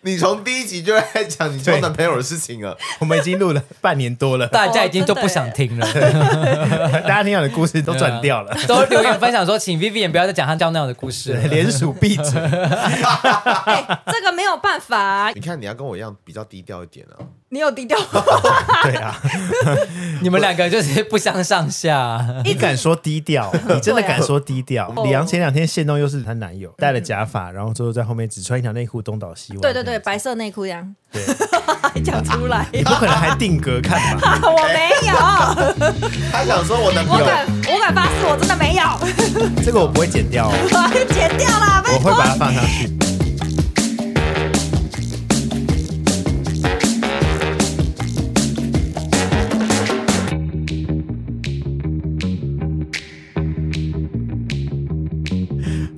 你从第一集就在讲你交男朋友的事情了，我们已经录了半年多了， 大家已经都不想听 了，哦 大家听到的故事啊都转掉了，都留言分享说，请 Vivian 不要再讲她交那样的故事了。联署闭嘴。 哎，这个没有办法啊，你看你要跟我一样比较低调一点啊。你有低 调，对啊，你们两个就是不相上 下，你敢说低调？你真的敢说低调？对啊李阳前两天现动又是她男友，戴了假发，然后最后在后面只穿一条内裤东倒西歪。 对对对，，白色内裤呀，对，嗯还 讲出来， 你不可能还定格看吧？ 我没 有，他想说我男朋我友，敢我敢发誓，我真的没有， 这个我不会剪掉哦，剪掉啦，拜我会托把。它放上去。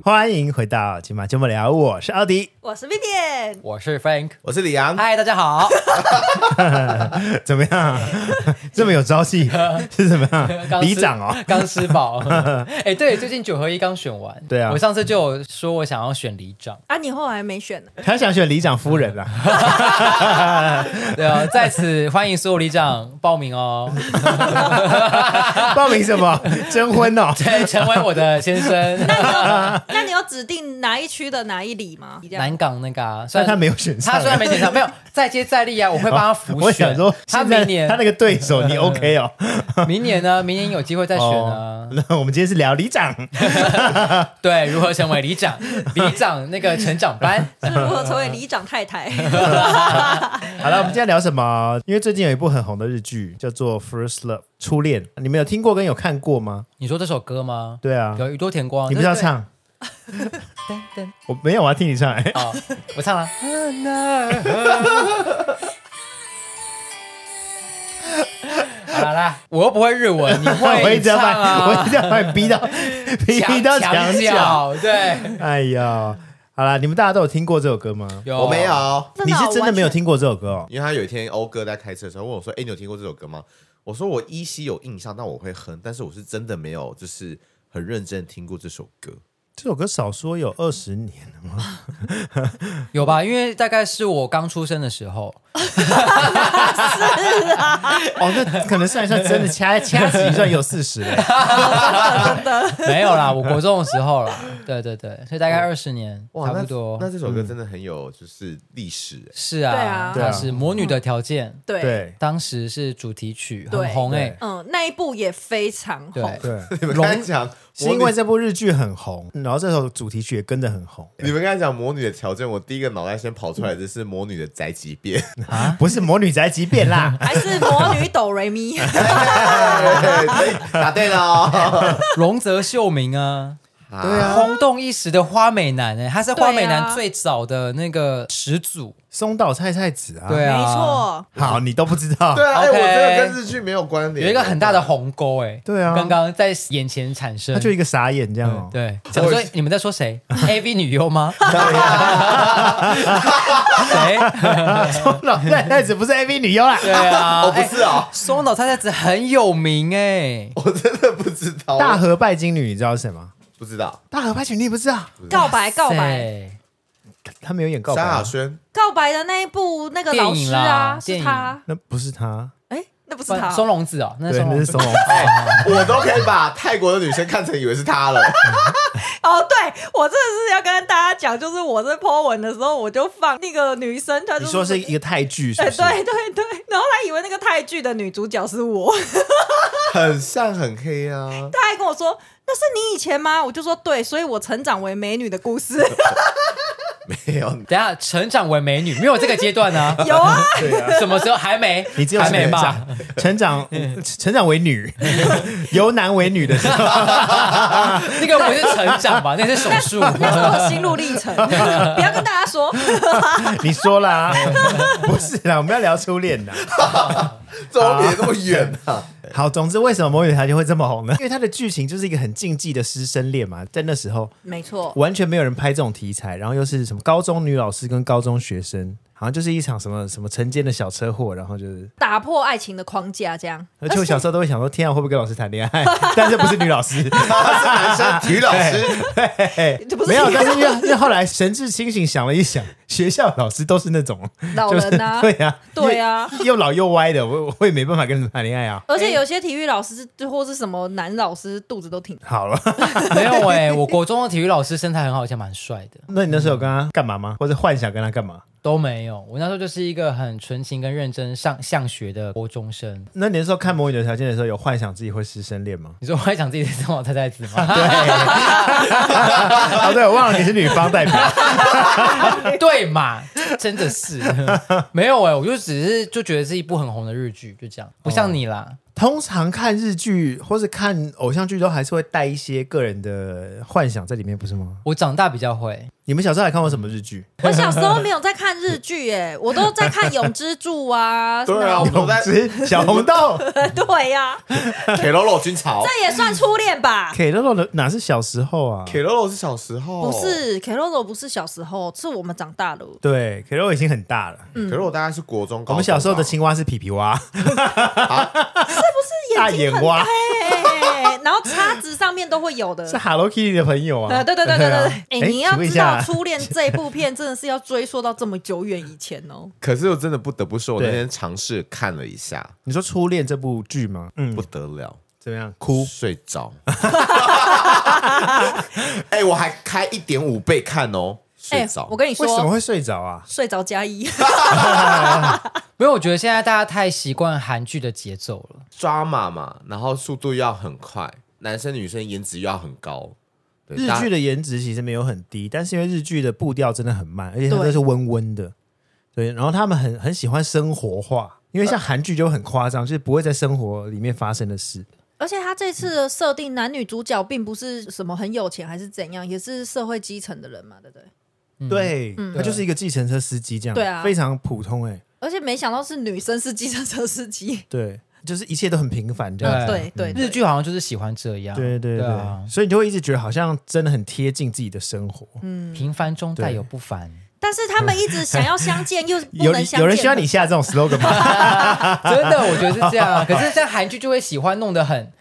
欢迎回到《今晚节目聊》，我是奥迪。我是 Vivian，我是 Frank。我是李阳，嗨，大 家好，怎么 样？这么有朝气是怎么样？刚吃里长哦，刚吃 饱。哎、对，最近九合一刚选完，对啊我上次就有说我想要选里长，啊，你后来没选 呢？他想选里长夫人啊啦。对啊，在此欢迎所有里长报名 哦，报名什么？征婚 哦。对，成为我的先生。那你有指定哪一区的哪一里吗？ 南港那个、啊，虽但然他没有选上，他虽然没选上，没有再接再厉啊，我会帮他辅选。 我想说，他现在明年他那个对手 你 OK 哦？明年呢，明年有机会再选啊。哦 那我们今天是聊里长，对，如何成为里长？ 里长那个成长班，是如何成为里长 太太？好了，我们今天聊什么？因为最近有一部很红的日剧叫做《First Love》初恋，你们有听过跟有看过吗？你说这首歌吗？对啊，有宇多田光，你不是要唱？ 我没有，我要听你唱。哎啊？ 我唱了。好啦啦，我又不会日文，你 我一会直要唱把，我一啊？直要把你逼到逼到墙墙角。角，对，哎呀，好了，你们大家都有听过这首歌吗？有我没有，你是真的没有啊完全？听过这首歌哦？因为他有一天欧哥在开车的时候问我说：“哎、你有听过这首歌吗？”我说：“我依稀有印象，但我会哼，但是我是真的没有，就是很认真地听过这首歌。这首歌少说有二十年了吗？有吧？因为大概是我刚出生的时候，哦，那 可能算一算，真的掐掐指一算有四十了。 没有啦，我国中的时候啦，对对对，所以大概二十年差哦那不多。那这首歌真的很有就是历史、欸是啊，对啊对啊它是《魔女的条件》对，对当时是主题曲，对很红哎、对嗯，那一部也非常对红。，对，你们刚才讲是魔因女为这部日剧很红，然后这首主题曲也跟着很红。 你们刚才讲魔女的条件，我第一个脑袋先跑出来的是魔女的宅急便， 啊， 不是魔女宅急便啦 还是魔女斗瑞咪，答对了哦。龙泽秀明啊，对啊，轰动一时的花美男哎、他是花美对啊男最早的那个始祖，松岛菜菜子啊。对没啊，，错，好，你都不知 道对。啊，哎、 OK 我真的跟日剧没有关联，有一个很大的鸿沟哎、啊对啊刚刚在眼前产生，他就一个傻眼这样嗯哦。对，想说你们在 说谁？AV 女优吗？啊 谁？ 松岛菜菜子不是 AV 女优啦，对 啊，哦，不是啊、哎松岛菜菜子很有名哎、我真的不知道，大和拜金女你知道是谁吗？不知道，大和拜金女你不知道，告哎白告白谁她没有演告白萧啊亚，轩告白的那一部那个老师啊，电影是啦他，那不是她，哎，那不是他松，松隆子哦，那对，是松那隆是子松隆。我都可以把泰国的女生看成以为是他了。 哦，对我真的是要跟大家讲，就是我在 po 文的时候，我就放那个女生，她就你说是一个泰剧是哎对不是？对对 对，然后她以为那个泰剧的女主角是我， 很像很黑啊！她还跟我说那是你以前吗？我就说对，所以我成长为美女的故事？没有，等一下，成长为美女没有这个阶段啊 有啊， 对啊。什么时候还没？你只有还没成吧？长，成长，成长为女， 由男为女的时候， 那个不是成长吧？那是手 术。 那是我的心路历程，不要跟大家说，你说啦，不是啦，我们要聊初恋的。怎么别那么远啊？ 好，总之为什么《魔女的条件》会这么红呢？因为 它的剧情就是一个很禁忌的师生恋嘛，在那时候没错，完全没有人拍这种题材，然后又是什么高中女老师跟高中学生。好像就是一场什么什么晨间的小车祸，然后就是，打破爱情的框架这样。而且我小时候都会想说，天啊，会不会跟老师谈恋爱？ 但是不是女老师，他是男生，体育老 师， 这不是没有。但是因为因为后来神志清醒想了一想，学校老师都是那种 老就是 人啊，对呀、啊，对啊又，又老又歪的，我我也没办法跟人谈恋爱啊。而且有些体育老师或是什么男老师肚子都挺好了， 没有哎、我国中的体育老师身材很好，而且蛮帅的，那你那时候有跟他干嘛吗？或者幻想跟他干嘛？都没有。我那时候就是一个很纯情跟认真上上学的国中生。？那你那时候看《魔女的条件》的时候，有幻想自己会师生恋 吗你说我还想自己是中我太太子 吗？啊，对，我忘了你是女方代表。对嘛，真的是没有哎、我就只是就觉得是一部很红的日剧，就这样，不像你啦。通常看日剧或是看偶像剧，都还是会带一些个人的幻想在里面，不是吗？我长大比较会，你们小时候还看过什么日剧？ 我小时候没有在看日剧，哎，我都在看《永之助》 啊，对啊，我们都在子、 小红豆、 对呀、铁喽喽军曹这也算初恋吧？ K 肉肉的哪是小时候啊？铁喽喽是小时哦候，不是 k e r o 不是小时候，是我们长大了。对，K 肉肉已经很大了。嗯铁喽喽大概是国中，我们小时候的情，青蛙是皮皮蛙，是大眼睛眼很蛙哎，然后叉子上面都会 有的是。Hello Kitty 的朋友啊。呃，对对对对对，哎、哎你要请问一知下道《初恋》这部片真的是要追溯到这么久远以前哦。 可是我真的不得不说，我对那天尝试看了一下，你说《初恋》这部剧吗？嗯不，得了，怎么样？哭？睡着。 哎，我还开一点五倍看哦，睡着。哎我跟你为什么说，会睡着啊？睡着加一，没有，我觉得现在大家太习惯韩剧的节奏了。 drama 嘛，然后速度要很快，男生女生颜值又要很高。对日大剧的颜值其实没有很低，但是因为日剧的步调真的很慢，而且它对都是温温的，对。然后他们很很喜欢生活化，因为像呃韩剧就很夸张，就是不会在生活里面发生的事。而且他这次的设定，男女主角并不是什么很有钱还是怎样，也是社会基层的人嘛，对不对？嗯，对，他对就是一个计程车司机这样，对啊非常普通哎、而且没想到是女生是计程车司机，对，就是一切都很平凡这样。 嗯对对，对日剧好像就是喜欢这样，对对对，啊，所以你就会一直觉得好像真的很贴近自己的生活。嗯平凡中带有不凡，但是他们一直想要相 见，又不有能相见。有人需要你下这 种 slogan 吗？ 真的，我觉得是这样啊。 可是，在韩剧就会喜欢弄得很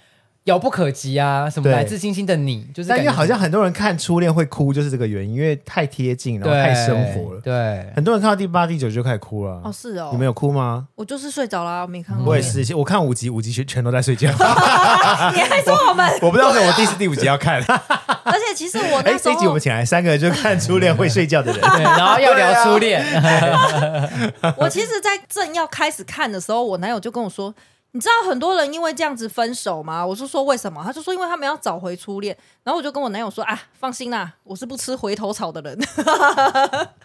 遥不可及啊，什么对来自星星的你，就是但因感觉为好像很多人看初恋会哭，就是这个原因，因为太贴近，然后太对生活了。对，很多人看到第八、第九就开始哭了。哦，是哦，你们有哭吗？我就是睡着啊啦，我没看过。我也，是，我看五集，五集全全都在睡觉。我 你还说我们？不知道是我第四、第五集要看。而且其实 我哎那，时这一集我候们，请来三个就看初恋会睡觉的 人。对，然后要聊初 恋，啊我其实，在正要开始看的时候，我男友就跟我说。你知道很多人因为这样子分手吗？我是说为什么？他就说因为他们要找回初恋。然后我就跟我男友说啊，放心啦，我是不吃回头草的人，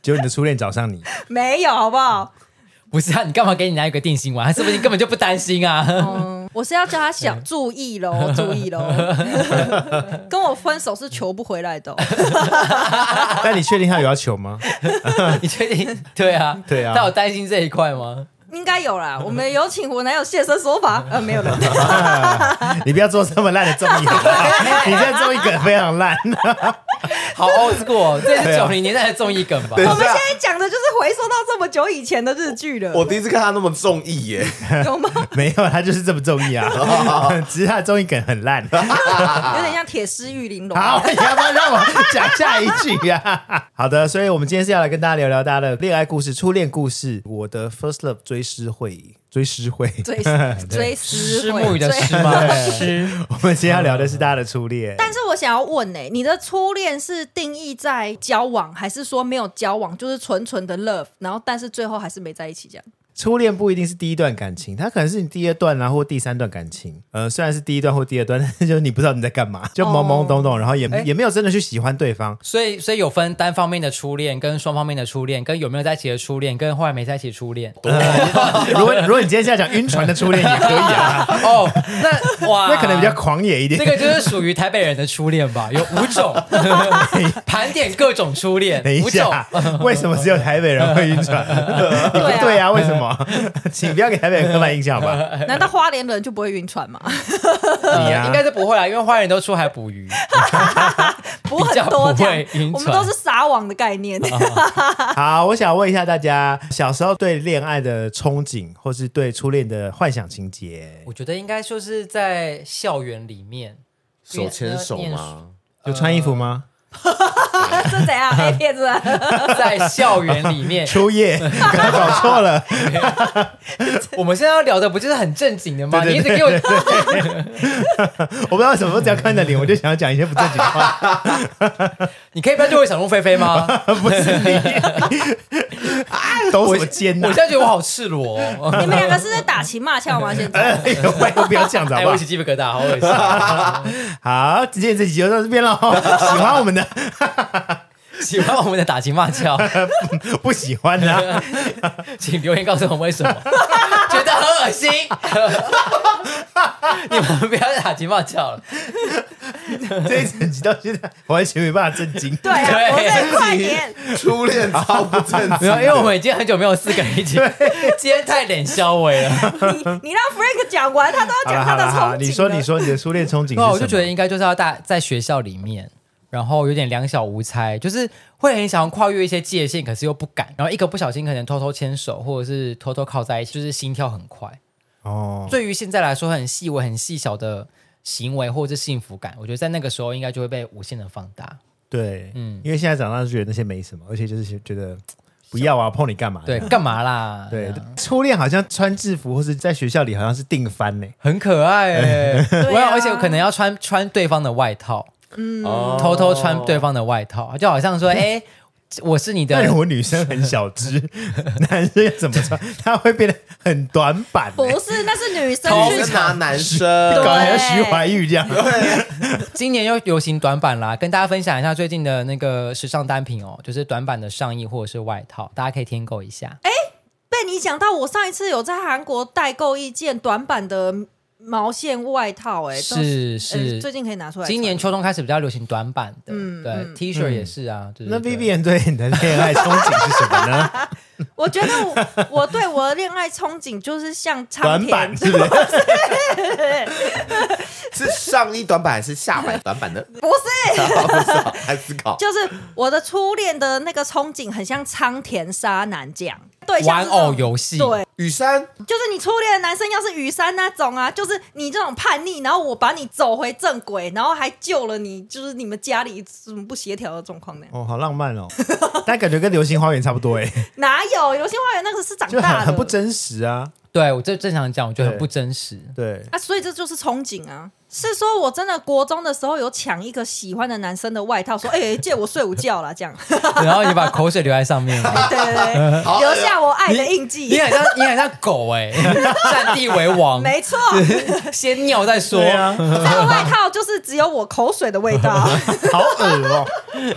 结果你的初恋找上你，没有好不好？ 不是啊？你干嘛给你拿一个定心丸？是不是你根本就不担 心啊？我是要叫他想注意喽，注意喽， 跟我分手是求不回来的哦、但你确定他有要求 吗？你确定？对啊，对啊他有担心这一块吗？应该有啦。我们有请我男友现身说法，呃，没有了。你不要做这么烂的综艺，好不好你这综艺梗非常烂。好 old school，这哦对是啊九零年代的综艺梗吧？等我一们现下，在讲的就是回溯到这么久以前的日剧了，我第一次看他那么中意 耶，有吗？没有，他就是这么综 艺啊，只是他的综艺梗很烂。有点像铁丝玉玲珑。好， 你要不要让我讲下一句呀、好的，所以我们今天是要来跟大家聊聊大家的恋爱故事、初恋故事。我的 first love 追思会，追思 会。追追思是会木鱼的追诗吗？诗，我们今天要聊的是大家的初恋。但是我想要问呢、你的初恋是定义在交往，还是说没有交往，就是纯纯的 love，然后但是最后还是没在一起这样？初恋不一定是第一段感情，它可能是你第二段啊，或第三段感情。呃，虽然是第一段或第二段，但是就是你不知道你在干嘛，就懵懵懂懂，然后也、哦哎也没有真的去喜欢对方。所以，所以有分单方面的初恋，跟双方面的初恋，跟有没有在一起的初恋，跟后来没在一起的初 恋。哦如果如果你今天是要讲晕船的初恋也可以啊，哦，那哇，那可能比较狂野一点。 这个就是属于台北人的初恋吧，有五种，盘点各种初 恋等，一五种。下，为什么只有台北人会晕船？你对啊不对啊，为什么？ 请不要给台北人刻板印象吧。难道花莲人就不会晕船吗？你啊呀呃应该是不会啦，因为花人都出海捕鱼， 补很多比较不这会样晕船，我们都是撒网的概念。好，我想问一下大家，小时候对恋爱的憧憬，或是对初恋的幻想情节，我觉得应该就是在校园里 面，手牵手念吗？有穿衣服吗？是怎样 A 片是吧？在校园里 面，秋叶，刚刚搞错了，我们现在要聊的不就是很正经的吗？对对你一直给我我不知道为什么，只要看你的脸，我就想要讲一些不正经的话。 你可以不要对我想入非非 吗？不是你，都什么尖呐我现？在觉得我好赤裸、 哦，你们两个是在打情骂俏吗？现在哎呦喂，不要这样子好哎，不我好起？鸡皮疙瘩，好恶 心。好，今天这集就到这边了。喜欢我们的，喜欢我们的打情 骂俏，不喜欢的，请留言告诉我们为 什么觉得很恶心。 你们不要再打情骂俏了，这一整集到现在完全没办法震惊。对啊，对我在快点，初恋超不正 没有，经，因为我们已经很久没有四个人一起， 今天太脸消委 了。你你让 Frank 讲完，他都要好讲了他好的了好了，憧憬。你说你，说你的初恋憧憬是什 对啊，么？我就觉得应该就是要大在学校里面，然后有点两小无猜，就是会很想要跨越一些界限，可是又不敢，然后一个不小心可能偷偷牵手，或者是偷偷靠在一起，就是心跳很快。哦，对于现在来说，很细微、很细小的行为或者是幸福感，我觉得在那个时候应该就会被无限的放大。对，嗯嗯，因为现在长大就觉得那些没什么，而且就是觉得不要啊，碰你干嘛？对，干嘛啦？对啊，初恋好像穿制服或是在学校里好像是定番呢。很可爱哎、 啊我要，而且我可能要穿穿对方的外套，嗯哦偷偷穿对方的外套，就好像说，哎、我是你的 但是我女生很小只， 男生要怎么穿？他会变得很短板呢，不是，那是女生我去是拿男生，搞得像对徐怀钰这样。今年又流行短版啦，跟大家分享一下最近的那个时尚单品哦，就是短版的上衣或者是外套，大家可以添购一下。哎被你讲到，我上一次有在韩国代购一件短版的毛线外套、哎，都是呃是，最近可以拿出来穿。今年秋冬开始比较流行短版的，嗯对、嗯 t 恤也是啊。对那对对 Vivian 对你的恋爱憧憬是什么 呢？我觉得我我对我的恋爱憧憬就是像苍短田板，是不是？ 是上衣短版还是下摆短版呢？ 不是， 不知道还思考。就是我的初恋的那个憧憬，很像苍田沙男这样。对，像玩是这种偶游戏，对，雨珊，就是你初恋的男生要是雨山那种啊，就是你这种叛逆，然后我把你走回正轨，然后还救了你，就是你们家里什么不协调的状况那样。哦，好浪漫 哦，但感觉跟《流星花园》差不多哎，哪有流星花园那个是长就大很 的，很不真实啊。对我这正常讲，我觉得很对不真实。对，啊，所以这就是憧憬啊。是说我真的国中的时候有抢一个喜欢的男生的外套，说哎、借我睡午觉啦，这样，然后你把口水留在 上面，对对 对，留下我爱的印记你，很像你很像狗 哎、占地为王，没错。先尿再说。对啊，这个外套就是只有我口水的味道，好恶哦。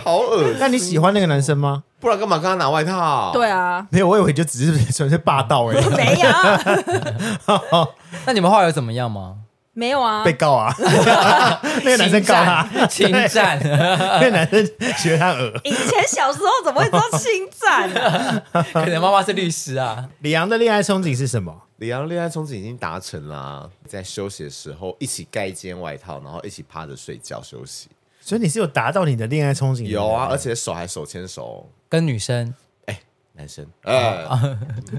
好恶那你喜欢那个男生吗？不然干嘛跟他拿外套？ 对，啊，没有，我以为就只是纯粹霸道而已。 没有那你们后来有怎么样吗？没有啊被，告 啊，那个男生告他，侵占。呃那个男生觉得他恶。以前小时候怎么会知道侵占啊？嗯可能妈妈是律师啊，李阳的恋爱憧憬是什么？李阳恋爱憧憬已经达成啦，在休息的时候一起盖一件外套，然后一起趴着睡觉休息。所以你是有达到你的恋爱憧憬？有啊，而，且手还手牵手，哎跟女生男生，呃，啊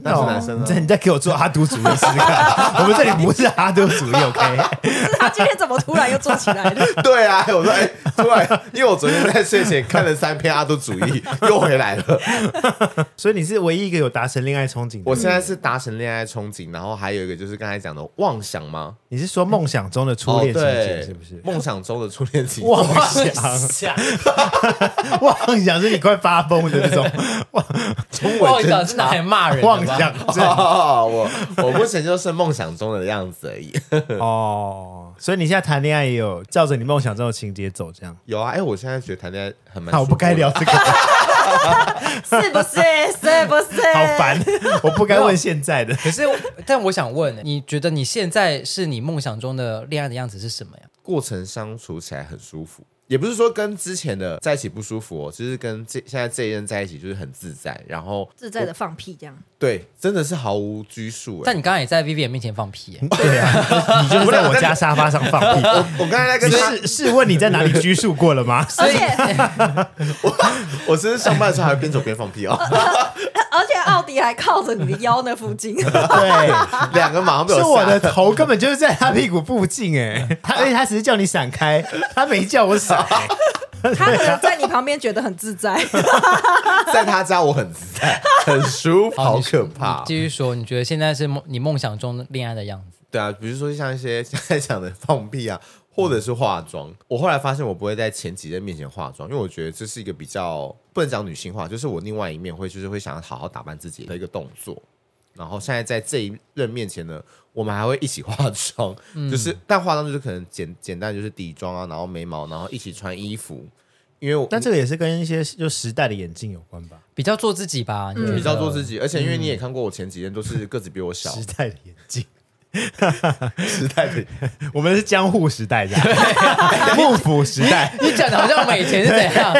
那是男生哦你再啊。你再给我做阿都主义试试啊看。我们这里不是阿都主义，OK？是他今天怎么突然又做起来了？对啊，我说哎，突然，因为我昨天在睡前看了三篇阿都主 义，又回来了。所以你是唯一一个有达成恋爱憧憬的。我现在是达成恋爱憧憬，然后还有一个就是刚才讲的妄想吗？你是说梦想中的初哦，恋情节对，是不是？梦想中的初恋情节？妄想，想，妄想是你快发疯的那种。中妄文想是拿来骂人的吧妄想 症哦，我我目前就是梦想中的样子而已。 哦，所以你现在谈恋爱也有照着你梦想中的情节走，这样。有啊，哎、我现在觉得谈恋爱很蛮……好，我不该聊，这个，好是不是？是不是？烦， 我不该问现在的。可是，但我想问，欸你觉得你现在是你梦想中的恋爱的样子是什么呀？过程相处起来很舒服。也不是说跟之前的在一起不舒服、哦，就是跟这现在这一任在一起就是很自在，然后自在的放屁这样。对，真的是毫无拘束、哎但你刚才也在 Vivian 面前放屁、欸，对啊，你就是在我家沙发上放屁。我刚才在跟你他，是是问你在哪里拘束过了 吗？而且我真是上班的时候还边走边放屁哦， 而且奥迪还靠着你的腰那附 近，对，两个马上被 是我吓的头根本就是在他屁股附近哎、 他而且他只是叫你闪开，他没叫我闪、哦他可能在你旁边觉得很自 在。在他家我很自在，很舒服， 好 好你可怕哦你。继续说，你觉得现在是梦你梦想中恋爱的样子？对啊，比如说像一些 刚才讲的放屁啊，或者是化妆。我后来发现我不会在前几任面前化妆，因为我觉得这是一个比较不能讲女性化，就是我另外一面会就是会想要好好打扮自己的一个动作。然后现在在这一任面前呢，我们还会一起化妆，就是但化妆就是可能简简单就是底妆啊，然后眉毛，然后一起穿衣服，因为我但这个也是跟一些就时代的眼镜有关吧？比较做自己吧，你觉得嗯比较做自己，而且因为你也看过我前几任都是个子比我小，时代的眼 镜，时代的我们是江户时代的， 幕府时代。你讲的好像我们以前是 怎样？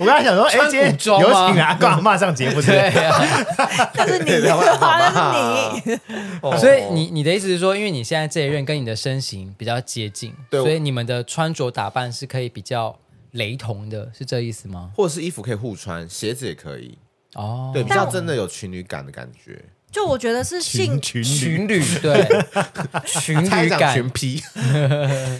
我刚才想说，哎、穿今天古装有吗请阿公阿妈上节目，对对不对？啊，但是你，两位好吧那是你，哦所以你你的意思是说，因为你现在这一任跟你的身形比较接近，对我所以你们的穿着打扮是可以比较雷同的，是这意思吗？或者是衣服可以互穿，鞋子也可以，哦， 对，比较真的有情侣感的感觉。就我觉得是性群群情侣对情他侣讲感全批，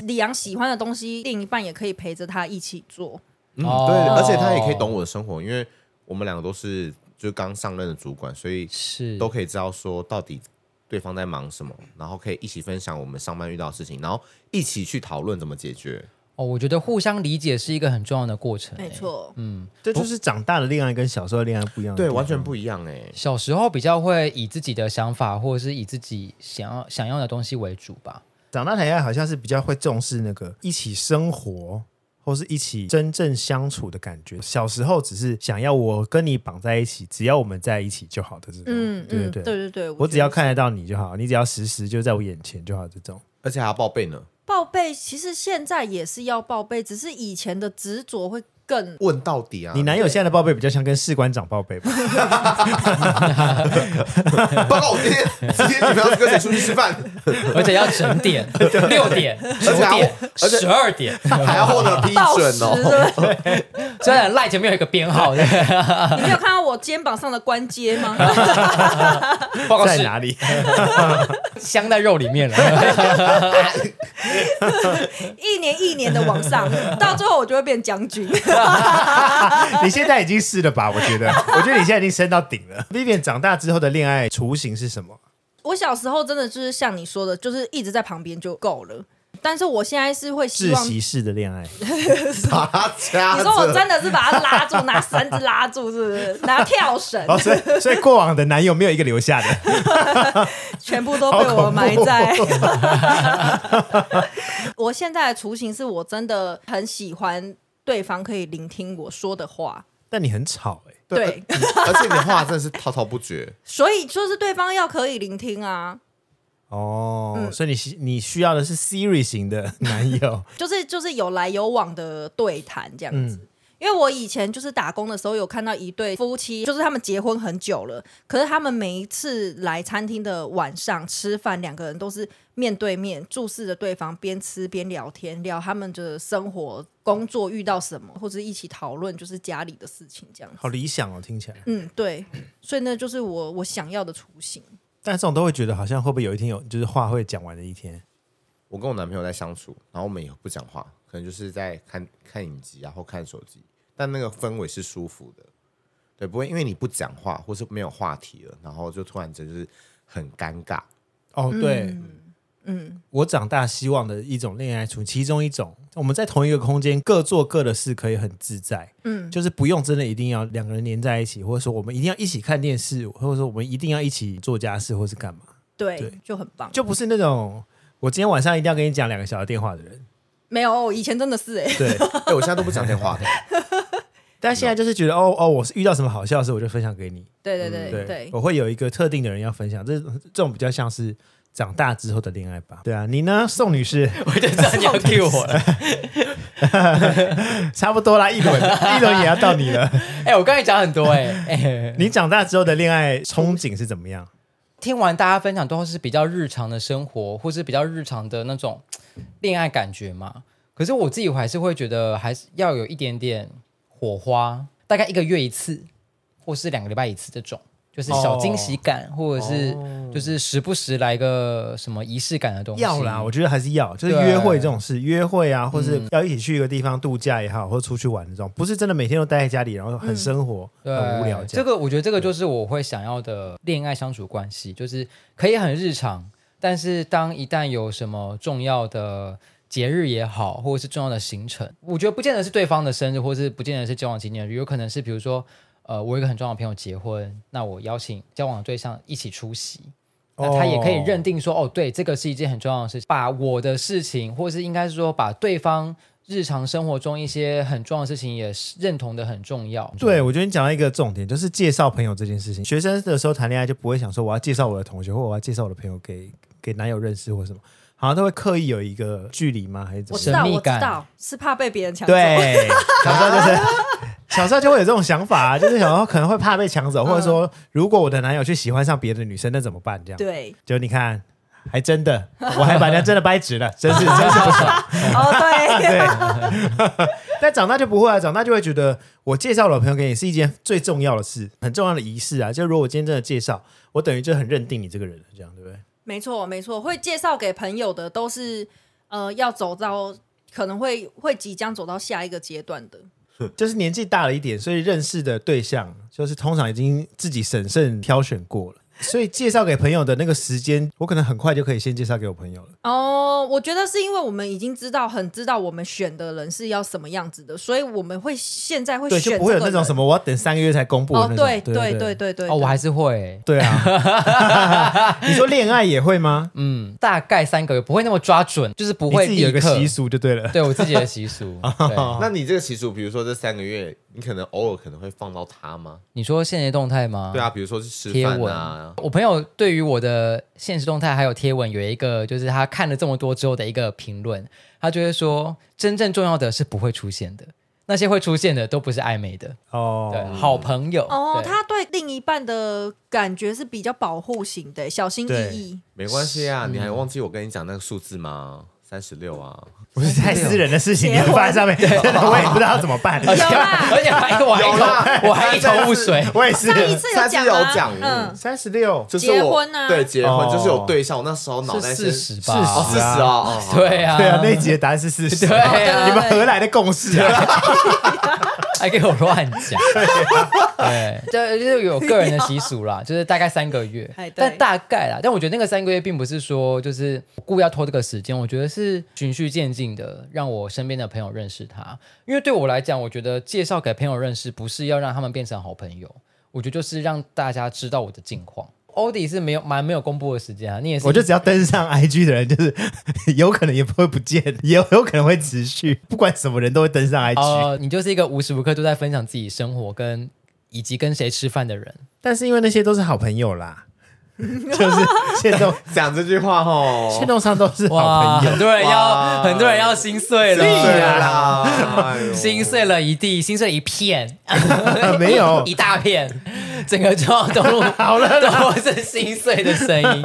李阳喜欢的东西，另一半也可以陪着他一起做。嗯，哦对，而且他也可以懂我的生活，因为我们两个都是就刚上任的主管，所以是都可以知道说到底对方在忙什么，然后可以一起分享我们上班遇到的事情，然后一起去讨论怎么解决。哦，我觉得互相理解是一个很重要的过程、没欸错，嗯这就是长大的恋爱跟小时候的恋爱不一样的地哦对，方。完全不一样哎、小时候比较会以自己的想法或者是以自己想要想要的东西为主 吧。长大谈恋爱好像是比较会重视那个一起生活或是一起真正相处的感觉。小时候只是想要我跟你绑在一起，只要我们在一起就好的这种。嗯对对嗯，对对。对对，我只觉得要看得到你就好，你只要时时就在我眼前就好，这种而且还要报备呢，报备，其实现在也是要报备，只是以前的执着会更。问到底啊！你男友现在的报备比较像跟士官长报备吧？报告我今天今天女朋友跟谁出去吃饭，而且要整点，六点、九而且还点、而且十二点，还要获得批报准时对不哦。对？虽然 Light 前面有一个 编号，对你没有看到我肩膀上的关节吗？报哦告在是哪里？ 镶在肉里面了。 一年一年的往上，到最后我就会变将军。 你现在已经是了吧？我觉得，我觉得你现在已经升到顶了。Vivian 长大之后的恋爱雏形是什么？我小时候真的就是像你说的，就是一直在旁边就够了。但是我现在是会希窒望，息式的恋爱， 大家，你说我真的是把他拉住，拿绳子拉住，是不是？拿跳 绳，哦，所以所以过往的男友没有一个留下的。 全部都被我埋在。 我现在的雏形是我真的很喜欢对方可以聆听我说的话，但你很吵哎、对， 而且你话真的是滔滔不绝。所以就是对方要可以聆听啊，哦，所以你需你需要的是 Siri 型的男 友，就是就是有来有往的对谈这样嗯子。因为我以前就是打工的时候，有看到一对夫妻，就是他们结婚很久了，可是他们每一次来餐厅的晚上吃饭，两个人都是面对面注视着对方，边吃边聊天，聊他们的生活、工作遇到什么，或者一起讨论就是家里的事情这样子。好理想哦，听起来。嗯，对，所以那就是我我想要的雏形。但这种都会觉得好像会不会有一天有就是话会讲完的一天？我跟我男朋友在相处，然后我们也不讲话，可能就是在看看影集啊，或看手机，但那个氛围是舒服的，对，不会因为你不讲话或是没有话题了，然后就突然间就是很尴尬。哦，对，嗯，我长大希望的一种恋爱处，其中一种，我们在同一个空间各做各的事，可以很自在。嗯，就是不用真的一定要两个人连在一起，或者说我们一定要一起看电视，或者说我们一定要一起做家事，或是干嘛，对，对就很棒。就不是那种我今天晚上一定要跟你讲两个小时电话的人。没有，以前真的是哎、对，哎、我现在都不讲电 话的，但现在就是觉得哦哦，我是遇到什么好笑的事，我就分享给你。对对对嗯对，对，我会有一个特定的人要分享，这这种比较像是长大之后的恋爱吧。对啊，你呢，宋女士？ 我就知道你要 cue 我 了。差不多啦，一轮 一轮也要到你了。哎、我刚才讲很多哎、哎你长大之后的恋爱憧憬是怎么样？听完大家分享都是比较日常的生活，或是比较日常的那种恋爱感觉嘛。可是我自己还是会觉得，还是要有一点点火花，大概一个月一次，或是两个礼拜一次这种，就是小惊喜感，或者是哦就是时不时来个什么仪式感的东西。要啦，我觉得还是要，就是对嗯约会这种事，约会啊，或是要一起去一个地方度假也好，或出去玩这种，不是真的每天都待在家里，然后很生活、嗯对很无聊这这样。个我觉得这个就是我会想要的恋爱相处关系，就是可以很日常，但是当一旦有什么重要的节日也好，或者是重要的行程，我觉得不见得是对方的生日，或是不见得是交往纪念日，有可能是比如说，呃，我有一个很重要的朋友结婚，那我邀请交往的对象一起出席。哦那他也可以认定说，哦，对，这个是一件很重要的事情，把我的事情，或是应该是说把对方日常生活中一些很重要的事情也是认同的很重要。对，我觉得你讲到一个重点，就是介绍朋友这件事情。学生的时候谈恋爱就不会想说我要介绍我的同学，或我要介绍我的朋友给给男友认识或什么，好像都会刻意有一个距离吗？还是怎我么知样？道，神秘我知感道，是怕被别人抢走。对，小时候就是。小时候就会有这种想法、啊，就是小时候可能会怕被抢走，或者说如果我的男友去喜欢上别的女生，那怎么办？这样，嗯 对，就你看，还真的，我还把人家真的掰直了，真是真是不爽。哦对，对，但长大就不会啊，长大就会觉得我介绍老朋友给你是一件最重要的事，很重要的仪式啊。就如果我今天真的介绍，我等于就很认定你这个人了，这样对不对？ 没错没错，会介绍给朋友的都是呃要走到可能会会即将走到下一个阶段的。就是年纪大了一点，所以认识的对象就是通常已经自己审慎挑选过了。所以介绍给朋友的那个时间，我可能很快就可以先介绍给我朋友了。哦，我觉得是因为我们已经知道很知道我们选的人是要什么样子的，所以我们会现在会对，选就不会有这个那种人什么我要等三个月才公布的哦那种。对对对对对对对哦，我还是会欸、对啊！ 你说恋爱也会吗？嗯，大概三个月，不会那么抓准，就是不你会自己有一个立刻习，俗就对了。对我自己的 习俗。对，那你这个习俗，比如说这三个月，你可能偶尔可能会放到他吗？你说现实动态吗？对啊，，比如说去吃哦贴饭文啊。。我朋友对于我的现实动态还有贴文有一个，就是他看了这么多之后的一个评论，他就会说，真正重要的是不会出现的，那些会出现的都不是暧昧的，哦，对，好朋友。哦，对他对另一半的感觉是比较保护型的，小心对翼翼。 没关系啊，嗯你还忘记我跟你讲那个数字吗？三十六啊，不是太私人的事情，你结婚放在上面，真 的我也不知道怎么 办。有啦，而且还我还有啦一头我还一头雾水。我也是上一次有 上次讲有啊讲嗯，三十六，就是结我婚啊对，结婚哦就是有对象。我那时候脑袋是40吧哦，四十啊， 哦，好对啊，对啊，那一集的答案是四十。对啊你们何来的共识啊？ 还给我乱讲，对，就就是有个人的习俗啦，就是大概三个月哎，对但大概啦，但我觉得那个三个月并不是说就是故意要拖这个时间，我觉得是循序渐进的，让我身边的朋友认识他，因为对我来讲，我觉得介绍给朋友认识，不是要让他们变成好朋友，我觉得就是让大家知道我的近况。欧迪是没有蛮没有公布的时间啊，你也是， 我就只要登上 IG 的人，就是 有可能也不会不见，也有可能会持续，不管什么人都会登上 IG。呃，你就是一个无时无刻都在分享自己生活跟以及跟谁吃饭的人。但是因为那些都是好朋友 啦，就是现动讲这句话现吼，动上都是好 哇，朋很友。多人要，哇很多人要心碎了，对啊啦，哎呦心碎了一地，心碎了一片，没有 一大片，整个中央东路好了，都是心碎的声音。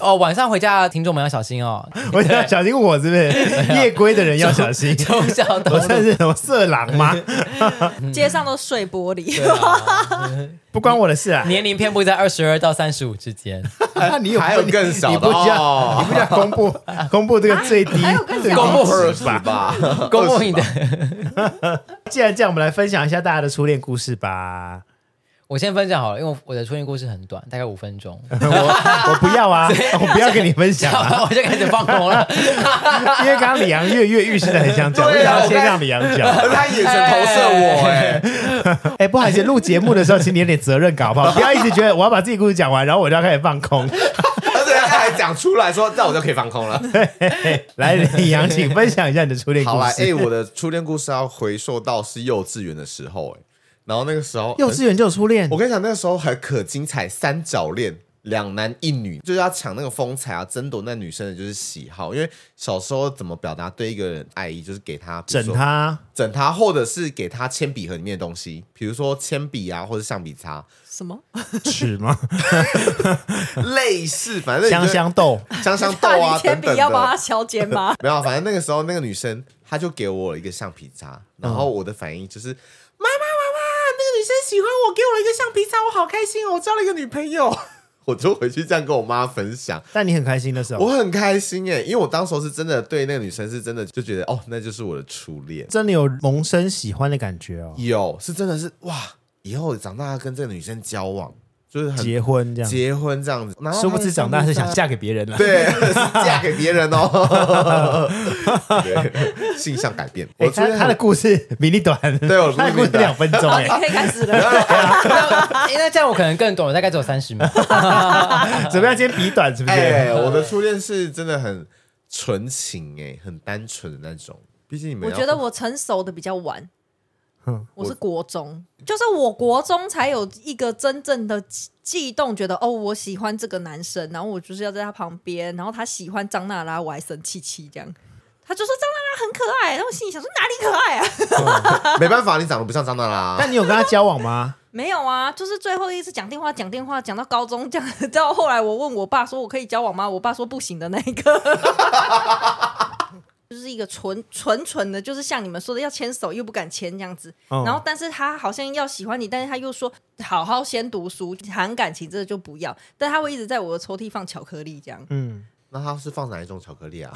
哦，晚上回家的听众们要小心哦，我想小心我是不是夜归的人要小 心？中央东我路算是什么色狼 吗？街上都碎玻璃。对啊不关我的事啊。年龄遍布在二十二到三十五之间，那你有还有更少的你不需哦要，你不需要公 布公布啊这个最低还有更最低值少公布二十吧，公布你的。既然这样，我们来分享一下大家的初恋故事吧。我先分享好了，因为我的初恋故事很短，大概五分钟，我不 要啊，我不要跟你分享啊，我就开始放空了。因为刚刚李阳跃跃欲试的很想讲，我啊对啊想要先让李阳讲。他眼神投射我哎，哎，不好意思，录节目的时候，请你有点责任感好 不好？不要一直觉得我要把自己故事讲完，然后我就要开始放空。而且他还讲出来说，那我就可以放空 了。哎来，李阳，请分享一下你的初恋故好啦，哎、事。我的初恋故事要回溯到是幼稚园的时候、哎，然后那个时候 幼稚园就有初恋我，跟你讲，那个时候还可精彩，三角恋。两男一女，就是要抢那个风采啊，争夺那女生的就是喜好。因为小时候怎么表达对一个人爱意，就是给他比如整说他整他，或者是给他铅笔盒里面的东西，比如说铅笔啊，或者橡皮擦， 什么？尺吗？类似，反正你就香香豆，香 香豆啊你铅等笔等要帮他的。削尖 吗？没有，反正那个时候那个女生她就给我一个橡皮擦，然后我的反应就是、妈妈妈妈，那个女生喜欢我，给我了一个橡皮擦，我好开心哦，我交了一个女朋友。我就回去这样跟我妈分享，但你很开心的时候，我很开心耶，因为我当时候是真的对那个女生是真的就觉得哦，那就是我的初恋，真的有萌生喜欢的感觉哦。有是真的是哇，以后长大跟这个女生交往就是很结婚这样，结婚这样子，然后殊不知长大是想她嫁给别人了。对是嫁给别人 哦， 对，性向改变，我哎，觉他得他的故事 比你短，对我的故事 他的故比事你短两分钟 好，你哎，可以开始了。哎那这样我可能更懂了，大概只有三十秒。怎么样？今天比短是 不哎，是？我的初恋是真的很纯情哎，很单纯的那种，毕竟你们我要觉得我成熟的比较晚嗯，我是国中，就是我国中才有一个真正的悸悸动，觉得哦，我喜欢这个男生，然后我就是要在他旁边，然后他喜欢张娜拉，我还生气气这样。他就说张娜拉很可爱，然后我心里想说哪里可爱啊？ 没办法，你长得不像张娜啊拉，但你有跟他交往 吗？没有啊，就是最后一次讲电话，讲电话讲到高中，讲 到后来我问我爸说我可以交往吗？我爸说不行的那一个。 就是一个纯纯纯的，就是像你们说的要牵手又不敢牵这样子，嗯然后，但是他好像要喜欢你，但是他又说好好先读书，谈感情这就不要。但他会一直在我的抽屉放巧克力，这样嗯，那她是放哪一种巧克力 啊？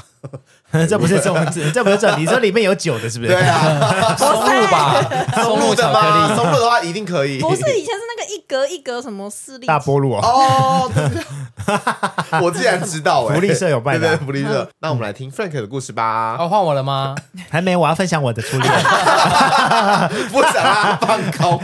这不是重点，这不是重点，你说里面有酒的，是不是？对啊，松露吧，松露的巧克吗？力。松露的话一定可以，不是以前是那个一格一格什么私 立大菠萝 哦，哦，对对对 我竟然知道哎、福利社有办的对啊对对福利嗯社。那我们来听 Frank 的故事吧。哦，换我了吗？还没，我要分享我的初恋。不想让他放 空，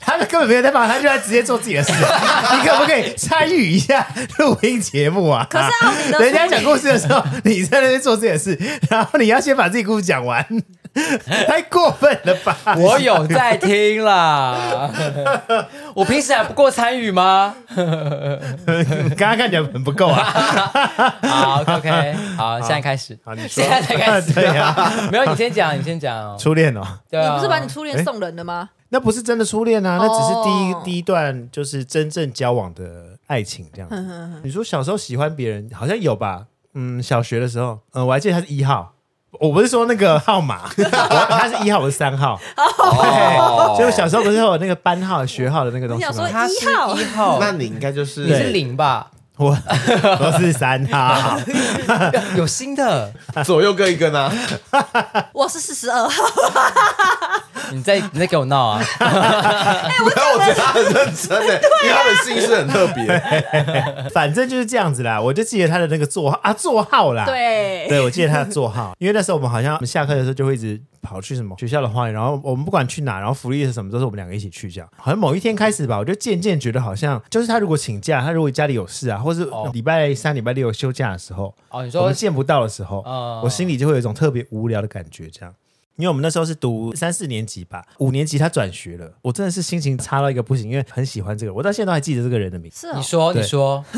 他们根本没有在忙，他就在直接做自己的事。 你可不可以参与一下录音节目啊？可是奥迪的初人家讲故事的时候，你在那边做自己的事，然后你要先把自己故事讲完， 太过分了吧？ 我有在听啦， 我平时还不够参与吗？刚刚看起来很不够啊。好，OK，好，现在开始。啊好，你说现在才开始。对啊， 没有，你先讲，你先讲 哦。初恋哦，对你啊，不是把你初恋送人的吗？那不是真的初恋啊，那只是第一、哦第一段就是真正交往的爱情这样子。你说小时候喜欢别人，好像有吧？嗯，小学的时候，嗯，我还记得他是一号。我不是说那个号 码，我他是一号，我是三号，哦所以我小时候不是会有那个班号、学号的那个东西我想吗说？他是一号一号，那你应该就是你是零吧？我我 是三号，有新的，左右各一个呢。 哎我是四十二号，你在你在给我闹我啊！我觉得他很认真的，因为他的姓氏很特别。反正就是这样子啦。我就记得他的那个座号啊，座号啦， 对， 对，我记得他的座号，因为那时候我们好像我们下课的时候就会一直跑去什么学校的花园，然后我们不管去哪，然后福利是什么，都是我们两个一起去这样。好像某一天开始吧，我就渐渐觉得好像就是他如果请假，他如果家里有事啊，或是哦礼拜三、礼拜六休假的时候，哦，你我说们见不到的时候，哦我心里就会有一种特别无聊的感觉，这样。因为我们那时候是读三四年级吧，五年级他转学了，我真的是心情差到一个不行，因为很喜欢这个，我到现在都还记得这个人的名字。是哦你说对你说，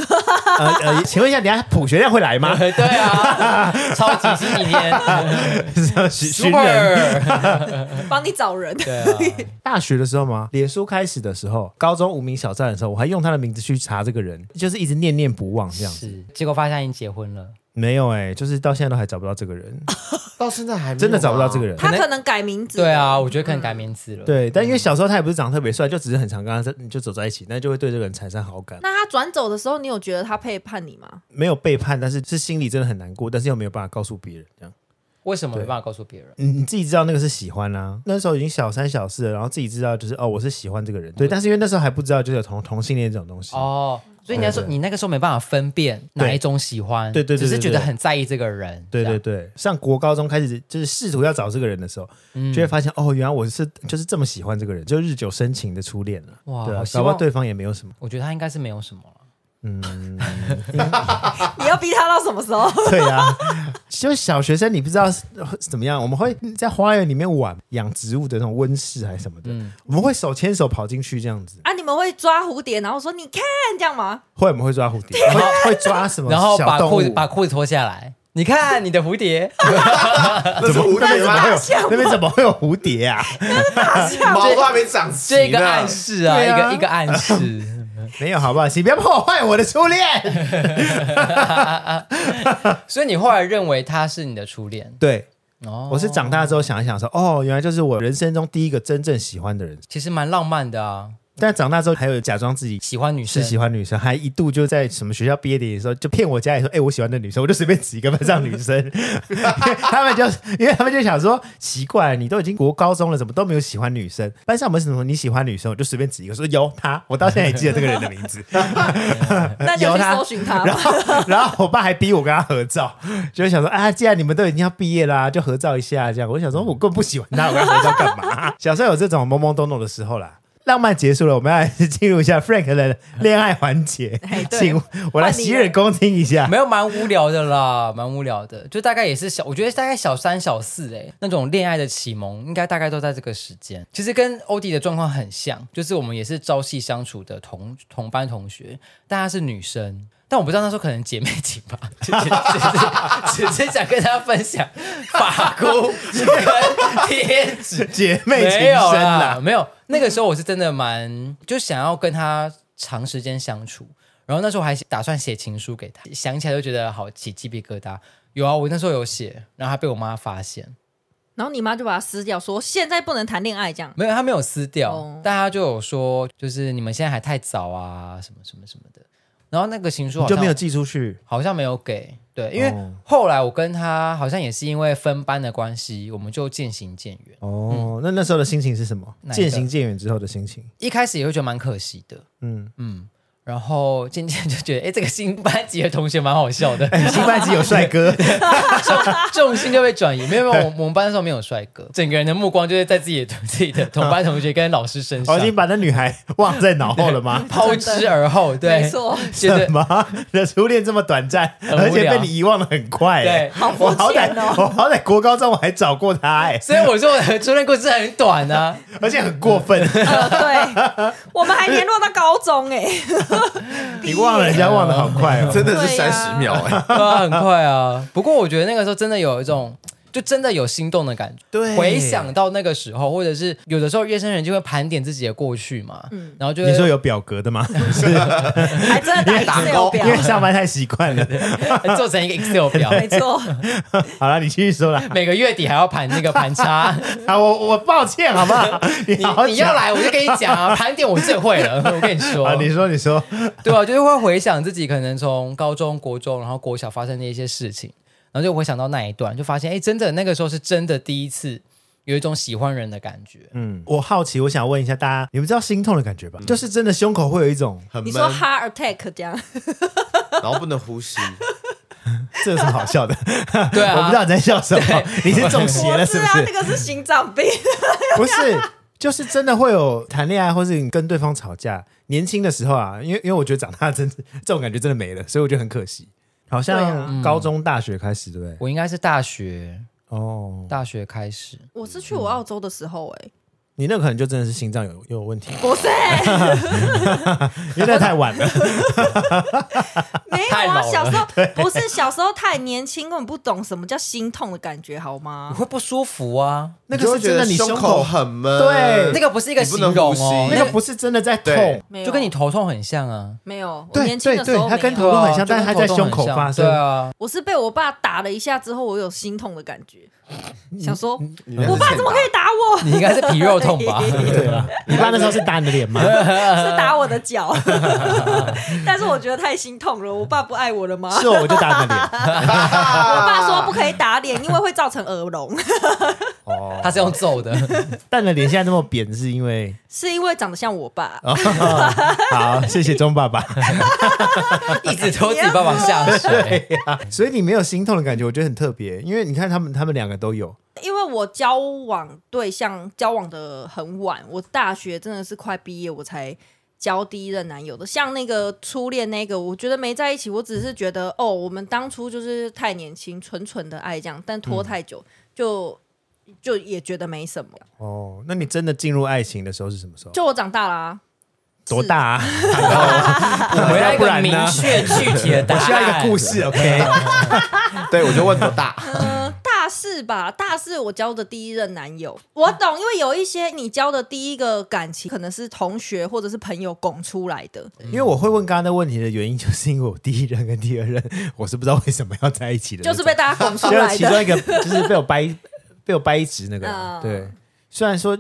呃呃，请问一下，等一下普学亮会来吗？ 对啊，超级星期天寻寻人，Super，帮你找人，对啊，大学的时候吗？脸书开始的时候，高中无名小站的时候，我还用他的名字去查这个人，就是一直念念不忘这样。是。结果发现已经结婚了，没有哎、就是到现在都还找不到这个人，到现在还没有吗 真的找不到这个。人。 他能可能改名字，对，啊，我觉得可能改名字了。，对，但因为小时候他也不是长得特别帅，就只是很常跟他在就走在一起，那就会对这个人产生好感。那他转走的时候，你有觉得他背叛你吗？没有背叛，但是是心里真的很难过，但是又没有办法告诉别人这样。为什么没办法告诉别人？你你自己知道那个是喜欢啊，那时候已经小三小四了，然后自己知道就是哦，我是喜欢这个人。对，但是因为那时候还不知道就是有同同性恋这种东西。哦，所以你那时候你那个时候没办法分辨哪一种喜欢，对对对对只是觉得对很在意这个人。对这对样，对，上国高中开始就是试图要找这个人的时候，嗯就会发现哦，原来我是就是这么喜欢这个人，就日久生情的初恋了。哇对啊好，希搞不好望。对方也没有什么 我觉得他应该是没有什么了。你要逼他到什么时候？对啊，就小学生你不知道是呃怎么样，我们会在花园里面玩养植物的那种温室还是什么的，嗯我们会手牵手跑进去这样子，啊，你们会抓蝴蝶，然后说你看这样吗？会我们会抓蝴 蝶，会会抓什么然后小把动裤子物，把裤子脱下来，你看你的蝴 蝶，那是蝴蝶 那吗是？那边怎么会 有蝴蝶啊？ 毛都还没长齐呢。这一个暗示啊，对一啊个一个暗示。 没有好不好？请不要破坏我的初恋。所以你后来认为他是你的初恋对，哦，我是长大之后想一想说，哦，原来就是我人生中第一个真正喜欢的人。其实蛮浪漫的啊，但长大之后还有假装自己喜欢女是生，喜欢女生，还一度就在什么学校毕业典礼的时候就骗我家里说，哎、我喜欢的女生，我就随便指一个班上女 生，因为他们就因为他们就想说，奇怪，你都已经国高中了，怎么都没有喜欢女生？班上有没有什么你喜欢女生，我就随便指一个说有她，我到现在也记得这个人的名字。那就有去他搜寻 他然吧。后，然后我爸还逼我跟他合照，就是想说啊，既然你们都已经要毕业啦、就合照一下这样。我就想说，我根本不喜欢他，我跟他合照干嘛？ 小时候有这种懵懵懂懂的时候啦。浪漫结束了，我们要进入一下 Frank 的恋爱环节哎，对请我来洗耳恭听一下。没有蛮无聊的啦， 蛮无聊的，就大概也是小，我觉得大概小三小四哎、那种恋爱的启蒙，应该大概都在这个时间。其实跟欧弟的状况很像，就是我们也是朝夕相处的同同班同学，但她是女生。但我不知道那时候可能姐妹情吧， 只只只是只 是想跟大家分享发箍跟贴纸，姐妹情没有深啦，啦， 没有。那个时候我是真的蛮就想要跟他长时间相处，然后那时候还打算写情书给他，想起来就觉得好起鸡皮疙瘩。有啊，我那时候有写，然后他被我妈发现，然后你妈就把它撕掉，说现在不能谈恋爱这样。没有，他没有撕掉，哦但他就有说，就是你们现在还太早啊，什么什么什么的。然后那个情书你好就像没有寄出去。好像没有给，对，因为哦后来我跟他好像也是因为分班的关系，我们就渐行渐远。哦，那那时候的心情是什么？嗯哪一个渐行渐远之后的心情。 一开始也会觉得蛮可惜的，嗯，嗯，然后渐渐就觉得，哎，这个新班级的同学蛮好笑的， 新班级有帅哥，啊重心就被转移。没有没有，我我们班那时候没有帅哥，整个人的目光就是在自己的 自己的同班同学跟老师身我上哦已经把那女孩 忘在脑后了吗？抛之而后，对，没，错，觉得什么？ 你的初恋这么短暂，无聊而且被你遗忘的很快、欸对。好我肤好歹浅哦。我好歹国高中我还找过他哎、所以我说我的初恋故事很短啊， 而且很过分，呃，对，我们还联络到高中哎、 你忘了人家忘得好快哦、 真的是对三啊十秒哎、 对啊，很快啊。不过我觉得那个时候真的有一种。就真的有心动的感觉，对回想到那个时候，或者是有的时候夜深人静会盘点自己的过去嘛，嗯然后就会 你说有表格的吗？还真的打 Excel 因表，为上班太习惯了。做成一个 Excel 表，没 错，好了，你继续说 啦。每个月底还要盘那个 盘差，啊，我我抱歉好不好？你好好你你要讲来我就跟你讲啊，盘点我最会了， 我跟你说，啊？你说你说，对啊，就是会回想自己可能从高中、国中，然后国小发生的一些事情，然后就回想到那一段，就发现哎，诶真的那个时候是真的第一次有一种喜欢人的感觉，嗯，我好奇，我想问一下大家，你们知道心痛的感觉吧？嗯就是真的胸口会有一种，很你闷，说 heart attack 这样，然后不能呼 吸，这有什么好笑的？ 对啊我不知道你在笑什么，你是中邪我了是知不道是那？个是心脏病， 不是，就是真的会有谈恋爱，或是你跟对方吵架。年轻的时候啊，因为因为我觉得长大真的这种感觉真的没了，所以我觉得很可惜。好对像啊高中、大学开始，对不对？我应该是大学哦，大学开始， 我是去我澳洲的时候哎、你那可能就真的是心脏有有 问题，不是，因为那太晚了。没太有老啊，了小时候不是小时候太年轻，根本不懂什么叫心痛的感觉，好 你吗？会不舒服啊， 那你就个会是觉真得的，你胸口口很闷。对那个不是一个你不形能容呼吸哦，那个不是真的在痛对，没有，就跟你头痛很像啊，没有，我对年轻的对时候对它没跟有头痛很像对但啊是它就跟在头痛胸口很像发生对啊，我是被我爸打了一下之后，我有心痛的感 觉，想说你我爸怎么可以打 我？你应该是皮肉痛吧？ 对啊啦。你爸那时候是打你的脸吗？ 是打我的脚， 但是我觉得太心痛了。我爸不爱我了吗？是我我就打你的 脸。我爸说不可以打脸，因为会造成耳聋， 哦， 他是用揍的，但你的脸现在那么扁，是因为是因为长得像我爸。好，谢谢钟爸爸。 一直拖自己爸爸下水。所以你没有心痛的感觉，我觉得很特别，因为你看他们，他们两个都有。因为我交往对象交往的很晚，我大学真的是快毕业我才交第一任男友的，像那个初恋那个，我觉得没在一起，我只是觉得哦，我们当初就是太年轻，纯纯的爱这样，但嗯拖太久、就就也觉得没什么。哦，那你真的进入爱情的时候是什么时候？就我长大啦、啊，多大啊？我要一不个然呢明确具体的答啊我案。需要一个故事，OK？ 对，我就问多大？呃，大四吧，大四我交的第一任男友，啊我懂，因为有一些你交的第一个感情可能是同学或者是朋友拱出来的，因为我会问刚刚的问题的原因，就是因为我第一任跟第二任，我是不知道为什么要在一起的那就种，是被大家拱出就是来其中的。一个就是被我掰被我掰直那个人、嗯对，虽然说，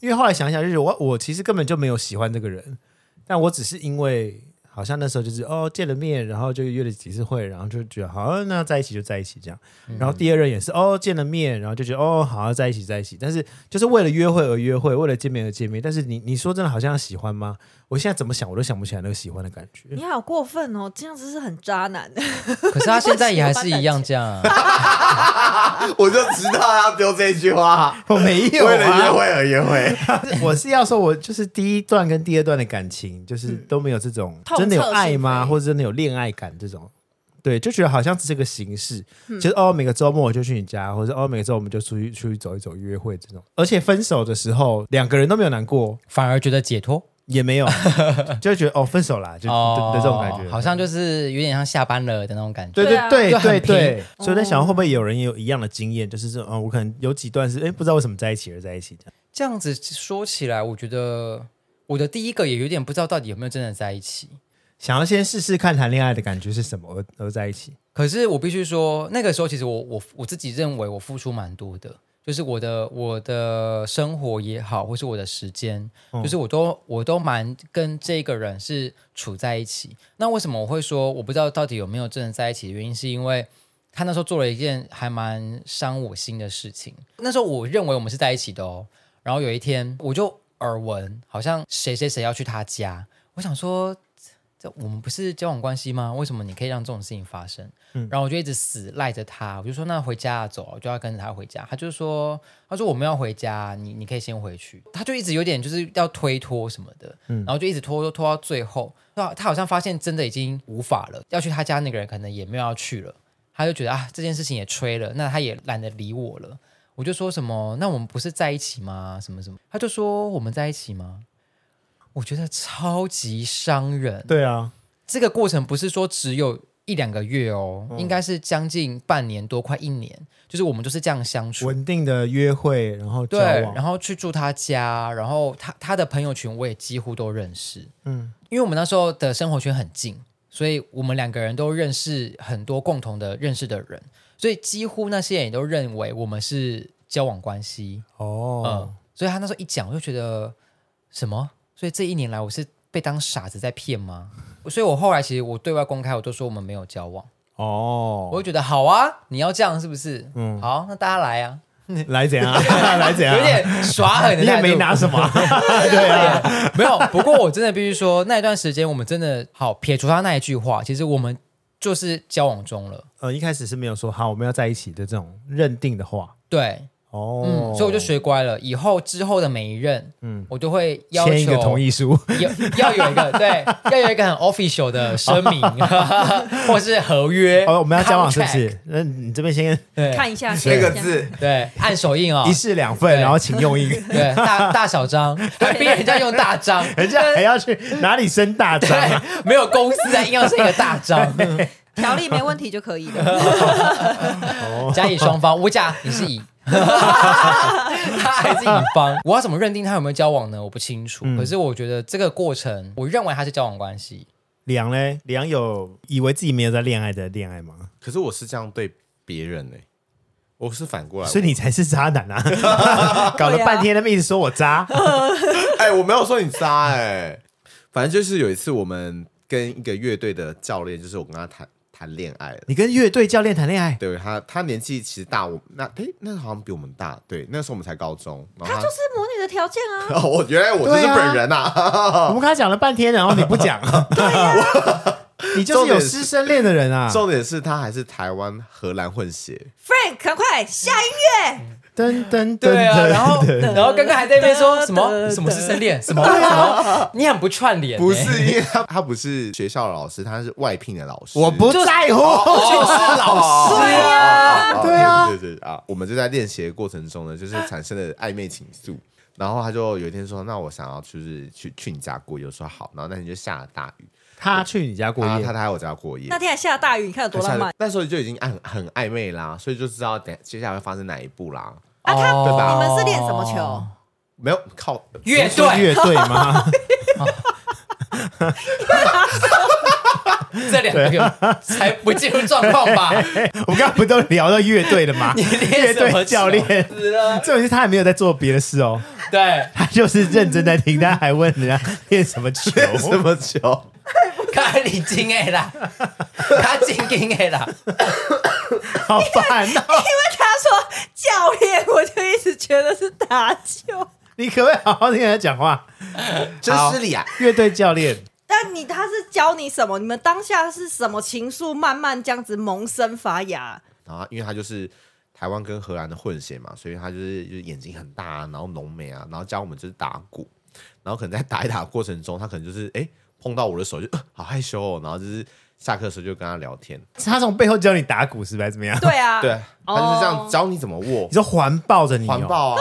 因为后来想想，就是我我其实根本就没有喜欢这个人，但我只是因为好像那时候就是哦见了面，然后就约了几次会，然后就觉得好，那在一起就在一起这样。然后第二任也是哦见了面，然后就觉得哦好在一起在一起，但是就是为了约会而约会，为了见面而见面。但是你你说真的好像喜欢吗？我现在怎么想我都想不起来那个喜欢的感觉。 你好过分哦，这样子是很渣男。 可是他现在也还是一样这样啊。 我就知道他要丢这句 话， 我没有、啊，为了约会而约会。 我是要说，我就是第一段跟第二段的感情，就是都没有这种、嗯痛彻真的有爱心吗，扉或者真的有恋爱感这种。对，就觉得好像只是个形式，嗯就是哦，每个周末我就去你家，或者哦，每个周我们就出去出去走一走、约会这种。而且分手的时候，两个人都没有难过， 反而觉得解脱也没 有，就会觉得哦，分手啦，就、哦就，就这种感觉，好像就是有点像下班了的那种感觉。对对对啊对就很对平对，所以在想哦会不会有人也有一样的经验，就是说，嗯，我可能有几段是哎，不知道为什么在一起而在一起这样。这样子说起来，我觉得我的第一个也有点不知道到底有没有真的在一起。想要先试试看谈恋爱的感觉是什么，而而在一起。嗯可是我必须说，那个时候其实我我我自己认为我付出蛮多的，就是我的我的生活也好，或是我的时间，就是我都我都蛮跟这个人是处在一起。那为什么我会说我不知道到底有没有真的在一起？原因是因为他那时候做了一件还蛮伤我心的事情。那时候我认为我们是在一起的哦，然后有一天我就耳闻好像谁谁谁要去他家，我想说。这我们不是交往关系吗？为什么你可以让这种事情发生？然后我就一直死赖着他，我就说那回家啊，走啊，我就要跟着他回家。他就说，他说我们要回家，你你可以先回去。他就一直有点就是要推脱什么的，然后就一直拖拖拖到最后，他他好像发现真的已经无法了，要去他家那个人可能也没有要去了，他就觉得啊这件事情也吹了，那他也懒得理我了。我就说什么，那我们不是在一起吗？什么什么？他就说我们在一起吗？我觉得超级伤人。对啊，这个过程不是说只有一两个月哦，嗯应该是将近半年多，快一年，就是我们就是这样相处。稳定的约会，然后交对，往，然后去住他家，然后他他的朋友圈我也几乎都认识，嗯，因为我们那时候的生活圈很近，所以我们两个人都认识很多共同的认识的人，所以几乎那些人也都认为我们是交往关系，哦，嗯，所以他那时候一讲，我就觉得什么？所以这一年来，我是被当傻子在骗吗？所以我后来其实我对外公开，我都说我们没有交往，哦，我就觉得好啊，你要这样是不是？嗯好，那大家来啊，来 怎样？ 来怎样？有点耍狠啊你的也态度，没拿什么 啊，对啊，没有。不过我真的必须说，那一段时间我们真的好撇除他那一句话，其实我们就是交往中了，呃，一开始是没有说好我们要在一起的这种认定的话，对，哦，嗯，所以我就学乖了，以后之后的每一任，嗯嗯，我都会要求签一个同意 书，有要有一个对，要有一个很 official 的声明，或是合约。哦，我们要交往是不 contract？是？那你这边先对看一下 哎那个，看一下字，对，按手印哦一。式两对份，然后请用印，对，大大小张，还逼人家用大张， 人家还要去哪里生大张啊？对，没有公司在硬要是一个大张。 条例没问题就可 以了。哦甲乙双方，我甲，你是乙，他还是乙方。我要怎么认定他有没有交往呢？我不清楚。可是我觉得这个过程，我认为他是交往关系。梁嘞，梁有以为自己没有在恋爱的恋爱吗？可是我是这样对别人呢、我是反过来，所以你才是渣男啊！ 搞了半天，他们一直说我渣，哎、我没有说你渣哎、反正就是有一次我们跟一个乐队的教练，就是我跟他谈谈恋爱了。你跟乐队教练谈恋爱，对他，他年纪其实大我那哎、那好像比我们大，对，那时候我们才高中。然后他他就是模拟的条件啊，哦，我原来我就是对啊本人呐、哦 我们跟他讲了半天，然后你不 讲， 你就是有师生恋的人啊！重点是他还是台湾荷兰混血， Frank，赶快下音乐，噔噔噔对啊，噔然后噔然后刚刚还在那边说什么噔什么是生恋，什么什么，你很不串联欸，不是，因为他他不是学校的老师，他是外聘的老师。 我不在乎，是老师啊，对啊对对对啊！我们就在练习的过程中呢，就是产生了暧昧情愫。然后他就有一天说：“那我想要就是去去你家过夜。”我说：“好。”然后那天就下了大雨，他去你家过哦他夜他，他来我家过夜那。天还下大雨，你看有多浪漫。那时候就已经很很暧昧啦，所以就知道等接下来会发生哪一步啦。啊，他哦对吧你们是练什么球？没有靠乐是队乐队吗？ 这两个才不进入状况吧？哎我们刚刚不都聊到乐队了吗？ 你乐练什么啊队教 练，死了？重点是他还没有在做别的事哦，对，他就是认真在听，他还问人家 练什么球，什么球，看你进诶啦，他进进诶啦，好 烦哦！因为他说教练，我就一直觉得是打球。你可不可以好好听他讲话？真啊好是厉害。乐队教练，但你他是教你什么？你们当下是什么情愫慢慢这样子萌生发芽？然后因为他就是台湾跟荷兰的混血嘛，所以他就是就是眼睛很大、啊，然后浓眉啊，然后教我们就是打鼓，然后可能在打一打的过程中，他可能就是哎碰到我的手就、呃好害羞哦，然后就是下课的时候就跟他聊天，他从背后教你打鼓是吧？还是怎么样？对 啊，对，他就是这哦样教你怎么握你说环抱着你、哦，环。抱啊，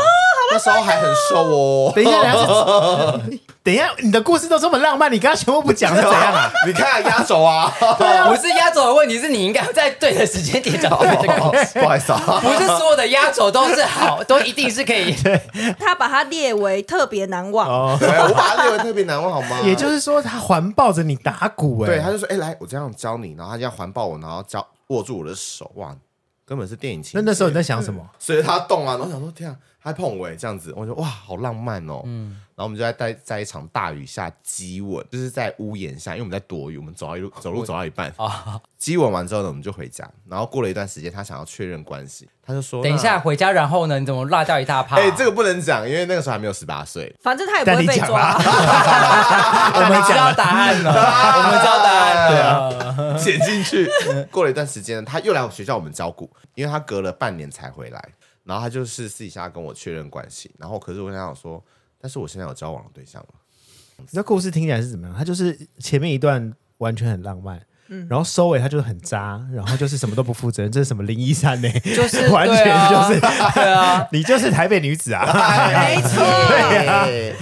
那时候还很瘦 哦。等一下，等一下是，等一下，你的故事都这么浪漫，你刚刚全部不讲是怎样 啊？？你看压轴啊！不是压轴的问题，是你应该在对的时间点找到这 个。不好意思 啊，不是所有的压轴都是好，都一定是可以。他把它列为特别难忘。哦，没有我把他列为特别难忘好吗？ 也就是说他环抱着你打鼓、哎，对，他就说：“哎，来，我这样教你。”然后他这样环抱我，然后教握住我的手，哇，根本是电影情节。那那时候你在想什么？随着他动啊，然后想说天啊，他还碰我欸这样子，我就哇，好浪漫哦。嗯，然后我们就在在在一场大雨下激吻，就是在屋檐下，因为我们在躲雨，我们走到一路走路走到一半哦啊，激吻完之后呢，我们就回家。然后过了一段时间，他想要确认关系，他就说：“等一下那。回家，然后呢？你怎么落掉一大”趴？哎、这个不能讲，因为那个时候还没有十八岁。反正他也不会被但你讲啊啦抓，我 们知啊 道答案了，我们知道答案 了。剪进去。过了一段时间，他又来我学校我们教鼓，因为他隔了半年才回来，然后他就是私底下跟我确认关系，然后可是我跟他讲说，但是我现在有交往的对象了，你知道故事听起来是怎么样？他就是前面一段完全很浪漫。然后收尾他就是很渣，然后就是什么都不负责任，这是什么零一三呢？就是完全对啊就是、对 啊，你就是台北女子啊， 没错。 对。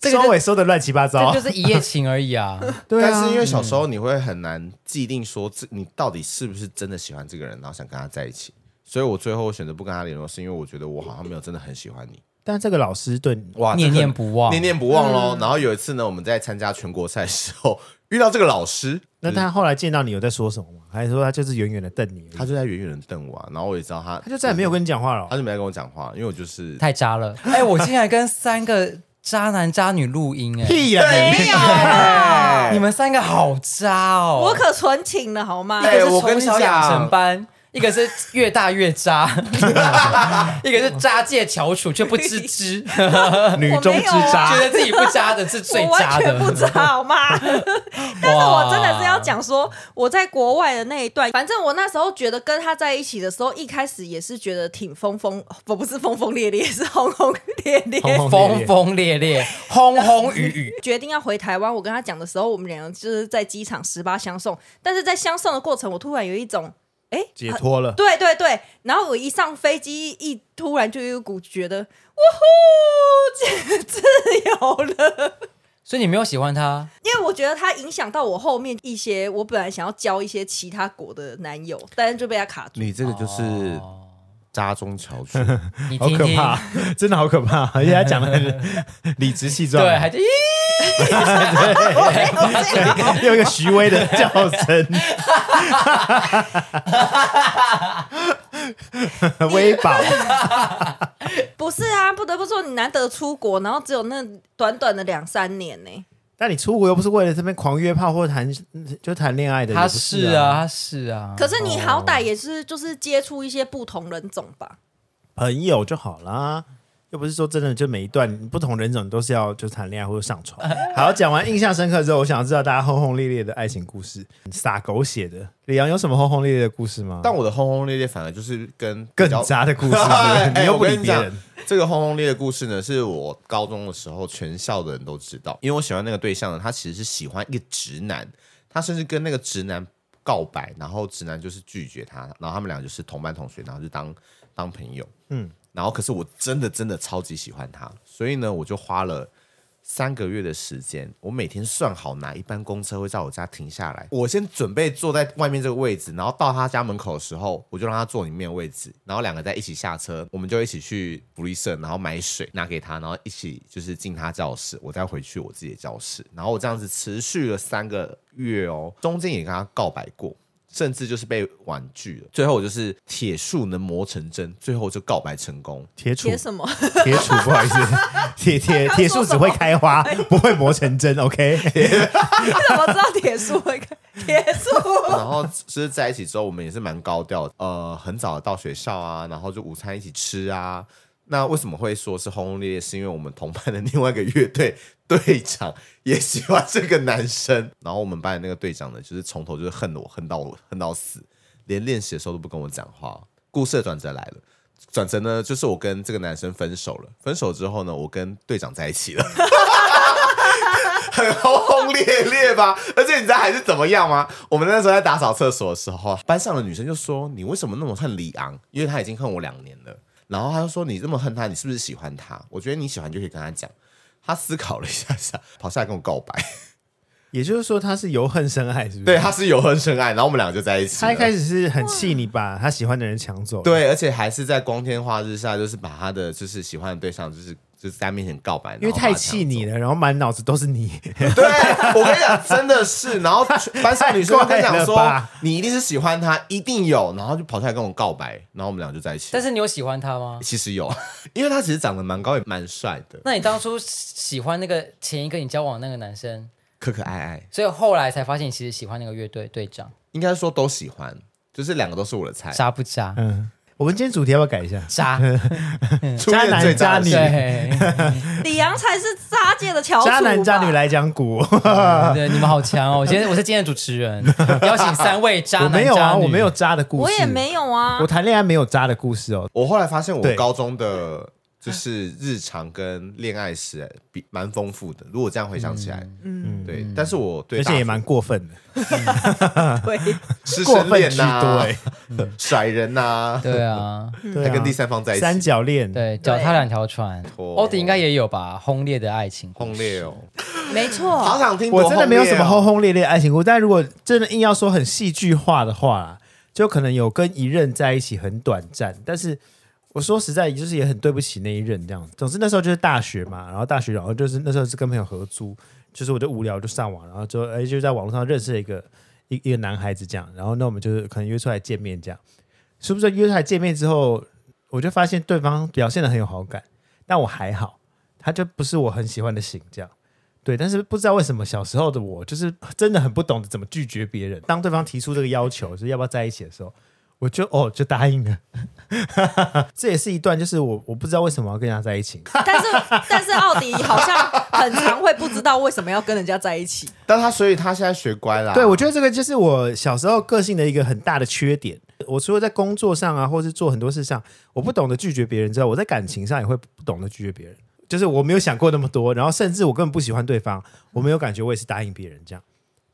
这个就收尾收的乱七八糟这就，是一夜情而已啊。对啊但是因为小时候你会很难既定说这你到底是不是真的喜欢这个人，然后想跟他在一起。所以我最后选择不跟他联络，是因为我觉得我好像没有真的很喜欢你。但这个老师对你哇，念这个念不忘念念不忘喽。然后有一次呢，我们在参加全国赛的时候 遇到这个老师，那他后来见到你有在说什么吗？还是说他就是远远的瞪你而嗯已？他就在远远的瞪我啊，然后我也知道他，他就再也没有跟你讲话了哦他。就没来跟我讲话，因为我就是太渣了！ 哎、我竟然跟三个渣男渣女录音、哎，屁呀！没有啦，你们三个好渣哦！我可纯情了好吗？哎一个是我跟从你小讲养成班，一个是越大越渣，一个是渣界翘楚却不知知， 女中之觉渣，得自己不渣的是最我渣完的全。不知道 嘛， 但是我真的是要讲说，我在国外的那一段，反正我那时候觉得跟他在一起的时候，一开始也是觉得挺疯疯，不不是疯疯烈烈，是轰轰烈 烈。哦轰轰轰烈烈，轰轰雨雨，决定要回台湾，我跟他讲的时候，我们两个就是在机场十八相送，但是在相送的过程，我突然有一种，哎、 解脱了。对对对，然后我一上飞机，一突然就有一股觉得，哇呼， 自由了。所以你没有喜欢他，因为我觉得他影响到我后面一些，我本来想要交一些其他国的男友，但是就被他卡住。你这个就是哦渣中翘楚，你好听可听，怕，真的好可怕！ 而且他讲的很理直气壮，对，还是咦，对，有一个徐威的叫声， 威宝， 不是啊，不得不说，你难得出国，然后只有那短短的两三年呢、但你出国又不是为了这边狂约炮或谈就谈恋爱的，他也不是是啊，，他是啊，可是你好歹也是就是接触一些不同人种吧？朋友就好啦。又不是说真的，就每一段不同人种都是要就谈恋爱或者上床。好，讲完印象深刻之后，我想知道大家轰轰烈烈的爱情故事，撒狗血的。李阳有什么轰轰烈烈的故事吗？但我的轰轰烈烈反而就是跟比更较渣的故 事，哎你又我不跟理你别讲人。这个轰轰烈烈的故事呢，是我高中的时候全校的人都知道，因为我喜欢那个对象呢，他其实是喜欢一个直男，他甚至跟那个直男告白，然后直男就是拒绝他，然后他们俩就是同班同学，然后就当当朋友，嗯，然后可是我真的真的超级喜欢他，所以呢，我就花了。三个月的时间，我每天算好哪一班公车会在我家停下来。我先准备坐在外面这个位置，然后到他家门口的时候，我就让他坐里面的位置，然后两个再一起下车，我们就一起去福利社，然后买水拿给他，然后一起就是进他教室，我再回去我自己的教室。然后我这样子持续了三个月哦，中间也跟他告白过。甚至就是被婉拒了，最后我就是铁树能磨成针，最后就告白成功。铁杵贴，什么？ 铁杵，不好意思，铁铁铁树只会开花， 不会磨成针。OK，你怎么知道铁树会看？铁 树然后就是在一起之后，我们也是蛮高调的，呃，很早到学校啊，然后就午餐一起吃啊。那为什么会说是轰轰烈烈？是因为我们同班的另外一个乐队队长也喜欢这个男生，然后我们班的那个队长呢，就是从头就是恨我，恨到我，恨到死，连练习的时候都不跟我讲话。故事的转折来了，转折呢就是我跟这个男生分手了，分手之后呢，我跟队长在一起了。很轰轰烈烈吧？而且你知道还是怎么样吗？我们那时候在打扫厕所的时候，啊班上的女生就说：“你为什么那么恨李昂？因为他已经恨我两年了。”然后他就说：“你这么恨他，你是不是喜欢他？我觉得你喜欢就可以跟他讲。”他思考了一下下，跑下来跟我告白。也就是说他是由恨生爱，是不是？对，，他是有恩生爱，然后我们俩就在一起了。他一开始是很气你把他喜欢的人抢走，，对，而且还是在光天化日下，就是把他的就是喜欢的对象，就是就是在他面前告白，因为然后把太他气抢走你了，然后满脑子都是你， 对，我跟你讲，真的是。然后班上女生就跟 太怪讲了说吧，你一定是喜欢他，一定有，然后就跑出来跟我告白，然后我们俩就 在一起但了。是你有喜欢他吗？其实有，因为他其实长得蛮高也蛮帅的，那你当初喜欢那个前一个你交往的那个男生，可可爱爱，所以后来才发现你其实喜欢那个乐队队长，应该说都喜欢，就是两个都是我的菜。渣不渣？嗯。我们今天主题要不要改一下？ 渣，初恋渣男最渣渣的女是对 李阳才是渣界的翘楚渣吧，男渣女来讲股，对，你们好强哦！我今天我是今天的主 持人，邀请三位渣我男，没有啊，渣女我没有，渣的故事，我也，没有啊我。谈恋爱没有渣的故事哦。我后来发现，我对高中的就是日常跟恋爱史哎比蛮丰富的。如果这样回想起来，嗯，对。但是我对而大且也蛮过分的， 对，师过生分恋居多呐哎、， 甩人呐，对啊，对啊还跟第三方在一起，三角恋，对，脚踏两条 船，托欧迪应该也有吧？轰烈的爱情，轰烈哦。没错好。想听、哦我真的没有什么轰后。哦轰烈啊烈的爱情故，但如果真的硬要说很戏剧化的话啦，就可能有跟一任在一起很短暂，但是我说实在，就是也很对不起那一任这样。总之那时候就是大学嘛，然后大学，然后就是那时候是跟朋友合租，就是我就无聊就上网，然后就哎就在网络上认识了一个一一个男孩子这样，然后那我们就是可能约出来见面这样，是不是约出来见面之后，我就发现对方表现的很有好感，但我还好，他就不是我很喜欢的型这样。对，但是不知道为什么小时候的我就是真的很不懂得怎么拒绝别人。当对方提出这个要求，就是要不要在一起的时候，我就哦就答应了。 这也是一段就是我我不知道为什么要跟他在一起，但是但是奥迪好像很常会不知道为什么要跟人家在一起。但他所以他现在学乖啦。对，我觉得这个就是我小时候个性的一个很大的缺点。我除了在工作上啊，或是做很多事上，我不懂得拒绝别人之外，我在感情上也会不懂得拒绝别人。就是我没有想过那么多，然后甚至我根本不喜欢对方，我没有感觉我也是答应别人这样。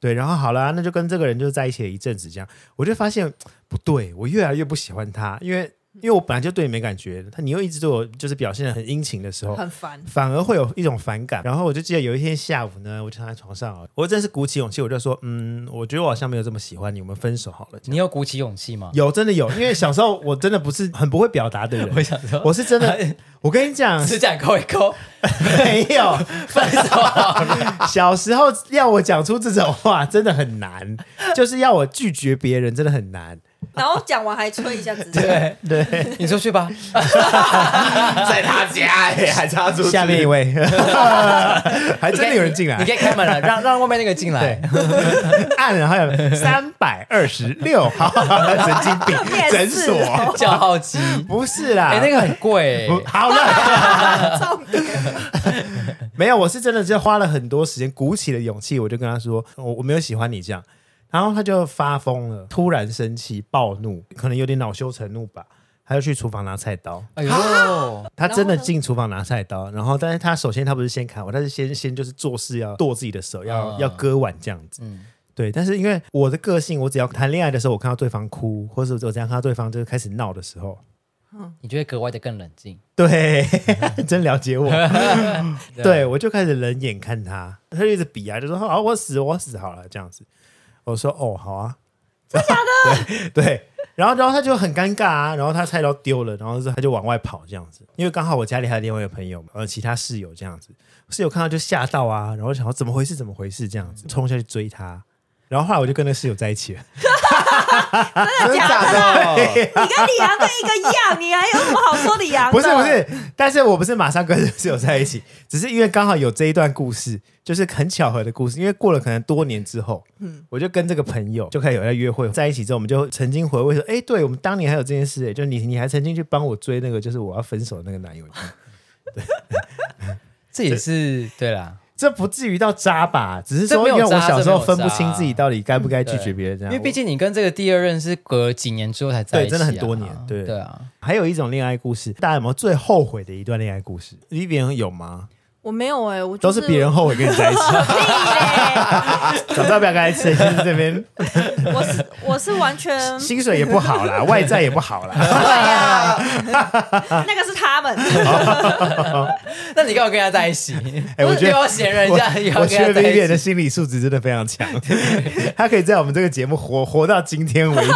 对，然后好啦，那就跟这个人就在一起了一阵子，这样我就发现不对，我越来越不喜欢他，因为因为我本来就对你没感觉，他你又一直对我就是表现的很殷勤的时候，很烦。反而会有一种反感。然后我就记得有一天下午呢，我就躺在床上啊，我真是鼓起勇气，我就说，嗯，我觉得我好像没有这么喜欢你，我们分手好了。你有鼓起勇气吗？ 有真的有，因为小时候我真的不是很不会表达的人，我想说，哎我是真的，我跟你讲指甲抠一抠，没有，分手好了， 小时候要我讲出这种话真的很难，就是要我拒绝别人真的很难。然后讲完还吹一下自己。对， 对，啊你出去吧。在他家耶，还差出去下面一， 位，还真的有人进你来可，以开门 了，让让外面那个进来。按了还有三百二十六号 神经病面试诊所，叫号 机，不是啦，哎，那个很贵不好了。重点没有，我是真的是花了很多时间，鼓起了勇气，我就跟他说，我我没有喜欢你这样，然后他就发疯了，突然生气暴怒，可能有点恼羞成怒吧，他就去厨房拿菜刀，哎呦，他真的进厨房拿菜刀，然后但是他首先他不是先砍我，他是先先就是做事要剁自己的手，要、嗯要割腕这样子。嗯对，但是因为我的个性，我只要谈恋爱的时候，我看到对方哭，或者我只要看到对方就是开始闹的时候，你就会格外的更冷静。对， 真了解我。对对，我就开始冷眼看他，他就一直比啊，就说好，我死，我死好了这样子。我说哦，好啊，真 的假的？对对。然后，然后他就很尴尬啊，然后他菜刀丢了，然后他就往外跑这样子。因为刚好我家里还有另外一个朋友嘛，呃，其他室友这样子，室友看到就吓到啊，然后想说怎么回事，怎么回事这样子，冲下去追他。然后后来我就跟那室友在一起了，真的假的？你跟李阳跟一个样，你还有什么好说李阳啊的？不是不是，但是我不是马上跟室友在一起， 只是因为刚好有这一段故事，就是很巧合的故事。因为过了可能多年之后，嗯，我就跟这个朋友就开始有在约会，在一起之后，我们就曾经回味说，哎，对我们当年还有这件事，哎，就是你你还曾经去帮我追那个，就是我要分手的那个男友，这也是对啦，这不至于到渣吧？只是这说没因为有我渣小这时候没有分不渣清自己到底该不该拒绝嗯对啊别人这因样，为毕啊我竟你跟这个第二任是隔几年之后才在一起对啊，真的很多年对对啊，还有一种恋爱故事，大家有没有最后悔的一段恋爱故事？你别人有吗？我没有哎，我都就是别人后悔跟你在一 起， 屁嘞！早知道不要跟他一起，就是这边。我是我是完全 薪水也不好 啦，外在也不好啦。对啊 呀，那个是他们。那你干嘛跟他在一起？ 哎我觉得又要嫌 人家，又我要跟觉他得在 Vivian 的一起。啊心理素质真的非常强，他可以在我们这个节目活活到今天 为止。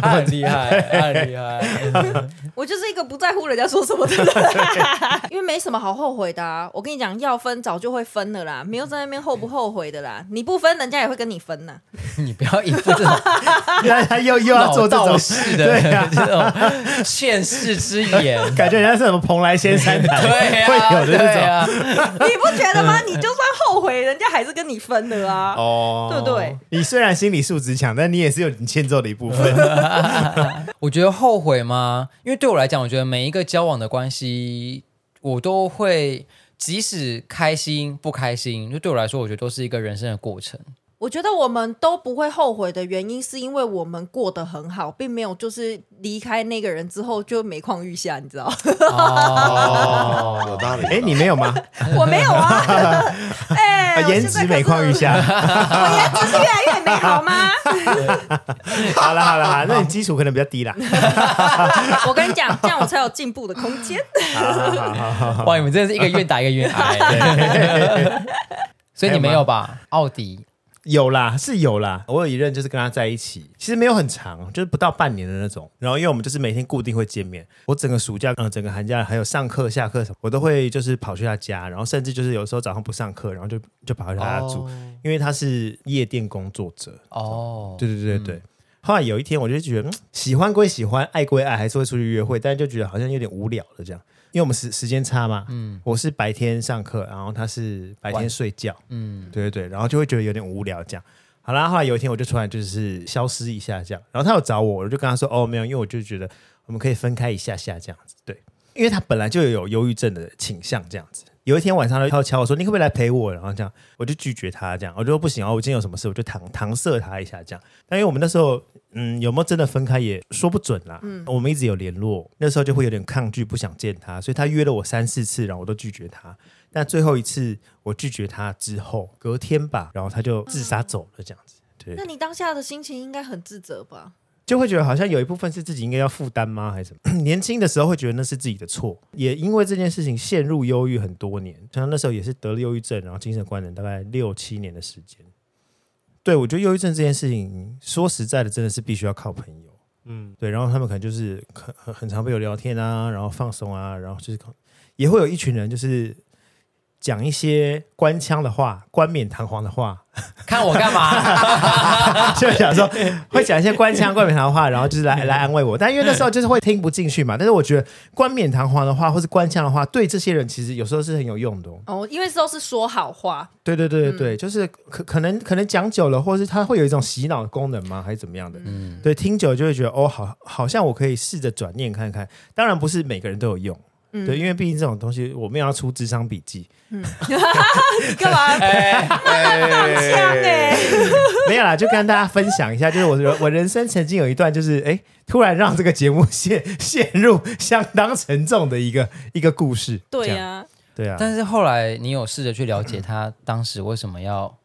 他很厉 害，他很厉害。 我就是一个不在乎人家说什 么的人，因为没什么好后悔的、啊。我跟你讲，要分早就会分的啦，没有在那边后不后悔的啦。你不分，人家也会跟你 分呐、你不要一副这种那他 又又要做这老道种，士 的对啊呀、 这种劝世之言， 感觉人家是什么蓬莱仙山 台对呀，啊会有的对啊那种。呀。你不觉得吗？你就算后悔，人家还是跟你分的啊。哦对不对？你虽然心理素质强，但你也是有你欠揍的一部 分。我觉得后悔吗？因为对我来讲，我觉得每一个交往的关系，我都会，即使开心不开心，就对我来说，我觉得都是一个人生的过 程。我觉得我们都不会后悔的原因，是因为我们过得很好，并没有就是离开那个人之后就每况愈下，你 知道？哦，有道理。哎，你没有吗？我没有 啊，哎、啊我颜现在值可每况愈是，下。我颜值是越来越美 好吗？好了好了好了，那你基础可能比较低啦。我跟你讲，这样我才有进步的空 间。好好好好好好，哇，你们真的是一个愿打一个愿挨，所以你没有吧？奥迪有啦，是有啦。我有一任就是跟他在一起，其实没有很长，就是不到半年的那种。然后因为我们就是每天固定会见面，我整个暑假、嗯、整个寒假，还有上课、下课什么，我都会就是跑去他家，然后甚至就是有时候早上不上课，然后就就跑去他家住，因为他是夜店工作者。哦，对对对对对。后来有一天，我就觉得、嗯、喜欢归喜欢，爱归爱，还是会出去约会，但是就觉得好像有点无聊了这样。因为我们时时间差嘛，嗯，我是白天上课，然后他是白天晚睡觉，嗯，对对对，然后就会觉得有点无聊这样。好啦，后来有一天我就突然就是消失一下这样，然后他有找我，我就跟他说哦没有，因为我就觉得我们可以分开一下下这样子，对，因为他本来就有忧郁症的倾向这样子。有一天晚上他就敲我说你可不可以来陪我，然后这样我就拒绝他这样，我就说不行哦，我今天有什么事，我就搪搪塞他一下这样。但因为我们那时候嗯有没有真的分开也说不准啦，嗯，我们一直有联络，那时候就会有点抗拒，不想见他，所以他约了我三四次，然后我都拒绝他。但最后一次我拒绝他之后，隔天吧，然后他就自杀走了，这样子。对那，你当下的心情应该很自责吧？就会觉得好像有一部分是自己应该要负担吗，还是什么？ 年轻的时候会觉得那是自己的错，也因为这件事情陷入忧郁很多年。像那时候也是得了忧郁症，然后精神官能大概六七年的时间。对，我觉得忧郁症这件事情，说实在的，真的是必须要靠朋友。嗯，对，然后他们可能就是很很很常被我聊天啊，然后放松啊，然后就是也会有一群人就是讲一些官腔的话、冠冕堂皇的话，看我干嘛？ 就想说会讲一些官腔、冠冕堂皇的话，然后就是来来安慰我。但因为那时候就是会听不进去嘛。但是我觉得冠冕堂皇的话，或是官腔的话，对这些人其实有时候是很有用的、哦。哦，因为都是说 好话，对对对对对，就是可可能可能讲久了，或是它会有一种洗脑的功能吗？还是怎么样的？嗯，对，听久了就会觉得哦，好，好像我可以试着转念看看。当然不是每个人都有用，对，因为毕竟这种东西我们要出智商笔记，你干嘛？ 哎，放呛哎、没有啦，就跟大家分享一下，就是我人我人生曾经有一段，就是哎，突然让这个节目陷陷入相当沉重的一个 一个故事。对这呀、样对啊，但是后来你有试着去了解他当时为什么要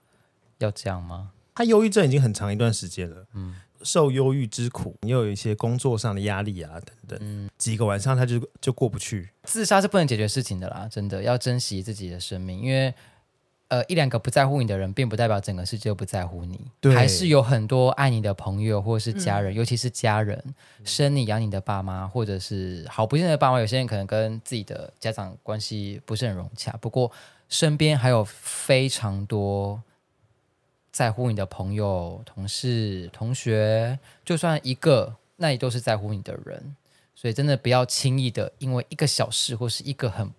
要这样吗？他忧郁症已经很长一段时间了，嗯，受忧郁之苦，又有一些工作上的压力啊等等，几个晚上他就就过不去。自杀是不能解决事情的啦，真的要珍惜自己的生命，因为呃一两个不在乎你的人，并不代表整个世界都不在乎你，对还是有很多爱你的朋友或是家人，尤其是家人，生你养你的爸妈，或者是好不幸的爸妈，有些人可能跟自己的家长关系不是很融洽，不过身边还有非常多。在乎你的朋友、同事、同学，就算一个，那也都是在乎你的人。所以真的不要轻易的，因为一个小事或是一个很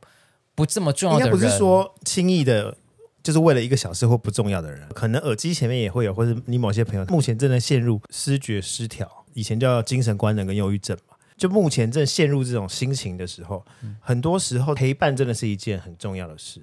不这么重要应的该人，不是说轻易的，就是为了一个小事或不重要的人，可能耳机前面也会有，或者你某些朋友目前正在陷入失觉失调，以前叫精神官能跟忧郁症嘛。就目前正陷入这种心情的时候，很多时候陪伴真的是一件很重要的事。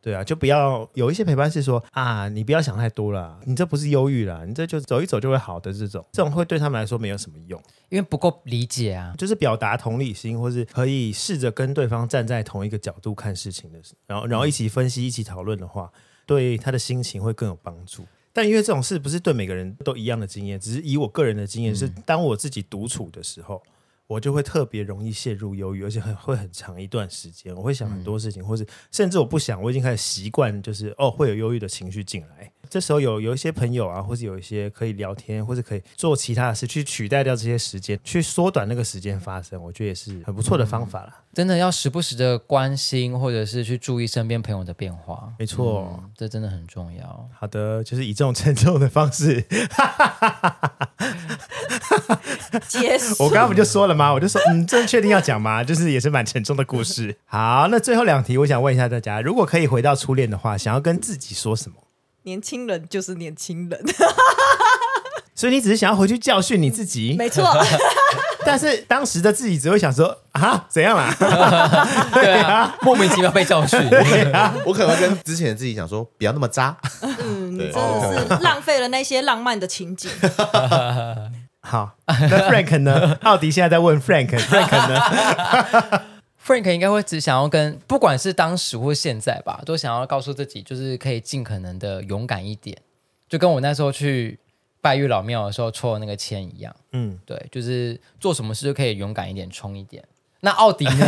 对啊，就不要有一些陪伴是说啊，你不要想太多啦，你这不是忧郁啦，你这就走一走就会好的这种，这种会对他们来说没有什么用。因为不够理解啊。就是表达同理心，或是可以试着跟对方站在同一个角度看事情的时候，然后然后一起分析、一起讨论的话，对他的心情会更有帮助。但因为这种事不是对每个人都一样的经验，只是以我个人的经验是，当我自己独处的时候，我就会特别容易陷入忧郁，而且很会很长一段时间，我会想很多事情，或是甚至我不想，我已经开始习惯，就是哦会有忧郁的情绪进来。这时候有有一些朋友啊，或是有一些可以聊天，或是可以做其他的事，去取代掉这些时间，去缩短那个时间发生，我觉得也是很不错的方法啦。真的要时不时的关心，或者是去注意身边朋友的变化，嗯没错。这真的很重要。好的，就是以这种沉重的方式，结束。我刚刚不就说了吗？我就说，嗯，这确定要讲吗？就是也是蛮沉重的故事。好，那最后两题，我想问一下大家，如果可以回到初恋的话，想要跟自己说什么？年轻人就是年 轻人，所以你只是想要回去教训你自己，没错，但是当时的自己只会想说啊，怎样啦？对啊，莫名其妙被教训。哎我可能会跟之前的自己讲说，不要那么渣。嗯，对真哦的是浪费了那些浪漫的 情景。好，那 Frank 呢？奥迪现在在问 Frank，Frank 呢？ Frank 应该会只想要跟，不管是当时或现在吧，都想要告诉自己，就是可以尽可能的勇敢一点，就跟我那时候去拜月老庙的时候抽的那个签一样。嗯，对，就是做什么事都可以勇敢一点，冲一点。那奥迪呢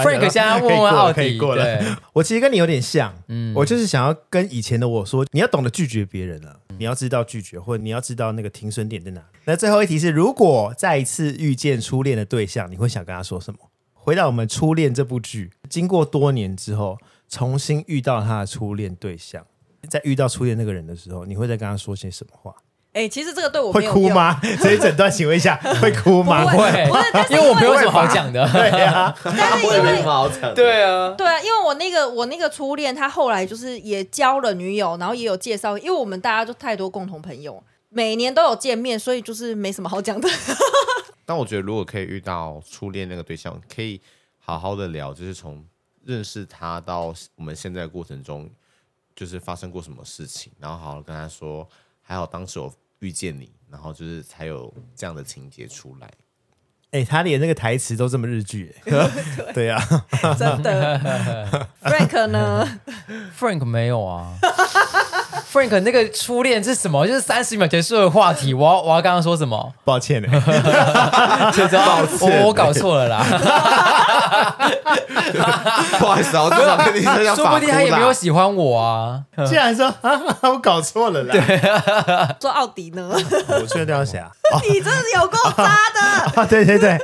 ？Frank 现在问问奥可以迪，过了可以过了。对，我其实跟你有点像，嗯，我就是想要跟以前的我说，你要懂得拒绝别人啊，你要知道拒绝，或者你要知道那个停损点在哪。那最后一题是，如果再一次遇见初恋的对象，你会想跟他说什么？回到我们《初恋》这部剧，经过多年之后，重新遇到他的初恋对象，在遇到初恋那个人的时候，你会再跟他说些什么话？哎、其实这个对我没 会有哭用？吗？这一整段，请问一 下，会哭吗？不会不是但，是因为我没有什么好讲的。对啊，但是我因也没为什么好讲的。 对啊，对啊，因为我那个我那个初恋，他后来就是也交了女友，然后也有介绍，因为我们大家就太多共同朋友，每年都有见面，所以就是没什么 好讲的。但我觉得如果可以遇到初恋那个对象，可以好好的聊，就是从认识他到我们现在的过程中，就是发生过什么事情，然后好好地跟他说，还好当时我遇见你，然后就是才有这样的情节出来。 哎、他连那个台词都这么日 剧、欸，对啊， 真的，Frank 呢？ Frank 没有啊。Frank 那个初恋是什么？就是三十秒结束的话题。我要我要刚刚说什么？抱歉哎、 就知道我我搞错了啦。不好意思啊，我真的跟你说讲说不定他也没有喜欢我啊。竟然说啊，我搞错了啦，说奥迪呢？ 我确定要谁啊？ 你真是有够渣的！啊，对对对，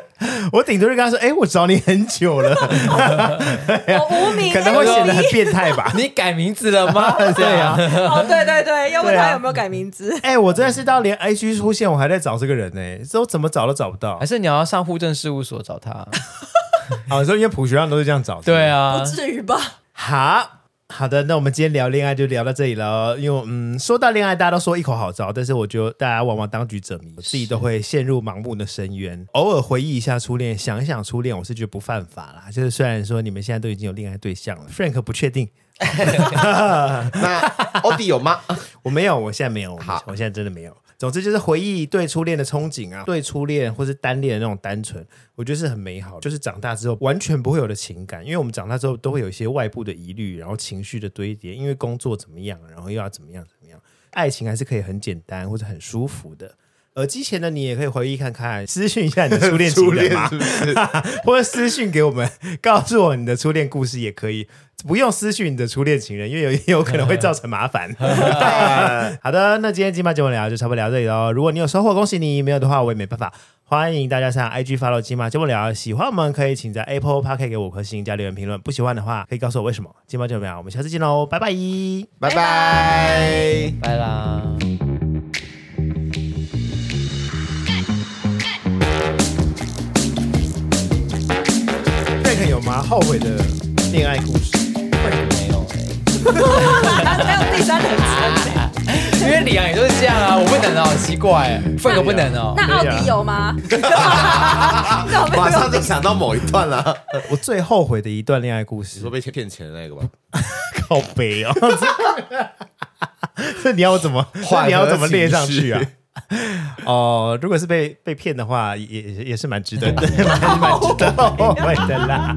我顶多就跟他说：“哎、我找你很久了， 我无名，哎可能会显得很变态吧。”你改名字了吗？ 对啊，哦，对对对，要问对他啊有没有改名字。 哎、我真的是到连 IG 出现，我还在找这个人呢、都怎么找都找不到还。是你要上户政事务所找他？好，啊你说因为普学上都是这样找。对啊。啊不，至于吧？ 好好的，那我们今天聊恋爱就聊到这里了。因为嗯，说到恋爱，大家都说一口好招，但是我觉得大家往往当局者迷，自己都会陷入盲目的深渊。嗯偶尔回忆一下初恋，想一想初恋，我是觉得不犯法啦。就是虽然说你们现在都已经有恋爱对象了，Frank 不确定，那欧弟有吗？我没有，我现在没有，好我现在真的没有。总之就是回忆对初恋的憧憬啊，对初恋或是单恋的那种单纯，我觉得是很美好的。就是长大之后完全不会有的情感，因为我们长大之后都会有一些外部的疑虑，然后情绪的堆叠，因为工作怎么样，然后又要怎么样怎么样。爱情还是可以很简单或者很舒服的。耳机前的你也可以回忆看看， 私讯一下你的初恋情初人恋嘛是不是？或者私讯给我们， 告诉我你的初恋故事也可以，不用私讯你的初恋情人，因为有有可能会造成麻烦。好的，那今天金马节目聊就差不多聊这里喽。如果你有收获，恭喜你；没有的话，我也没办法。欢迎大家上 IG follow 金马节目聊，喜欢我们可以请在 Apple Park 给我五颗星加留言评论，不喜欢的话可以告诉我为什么。金马节目聊，我们下次见喽，拜拜。 拜拜。拜啦。贝克有吗？后悔的恋爱故事？没有欸、还有第三人称。因为李阳也就是这样啊，我不能哦，奇怪、欸，份哥不能哦。那奥迪 有吗？那我马没上 有。就想到某一段了、呃我最后悔的一段恋爱故事你说，被骗钱的那个吧？靠背哦。这你要我怎么？这你要我怎么列上去啊？哦，如果 是被被骗的话，也也也是蛮值得的，蛮蛮值得后悔的啦。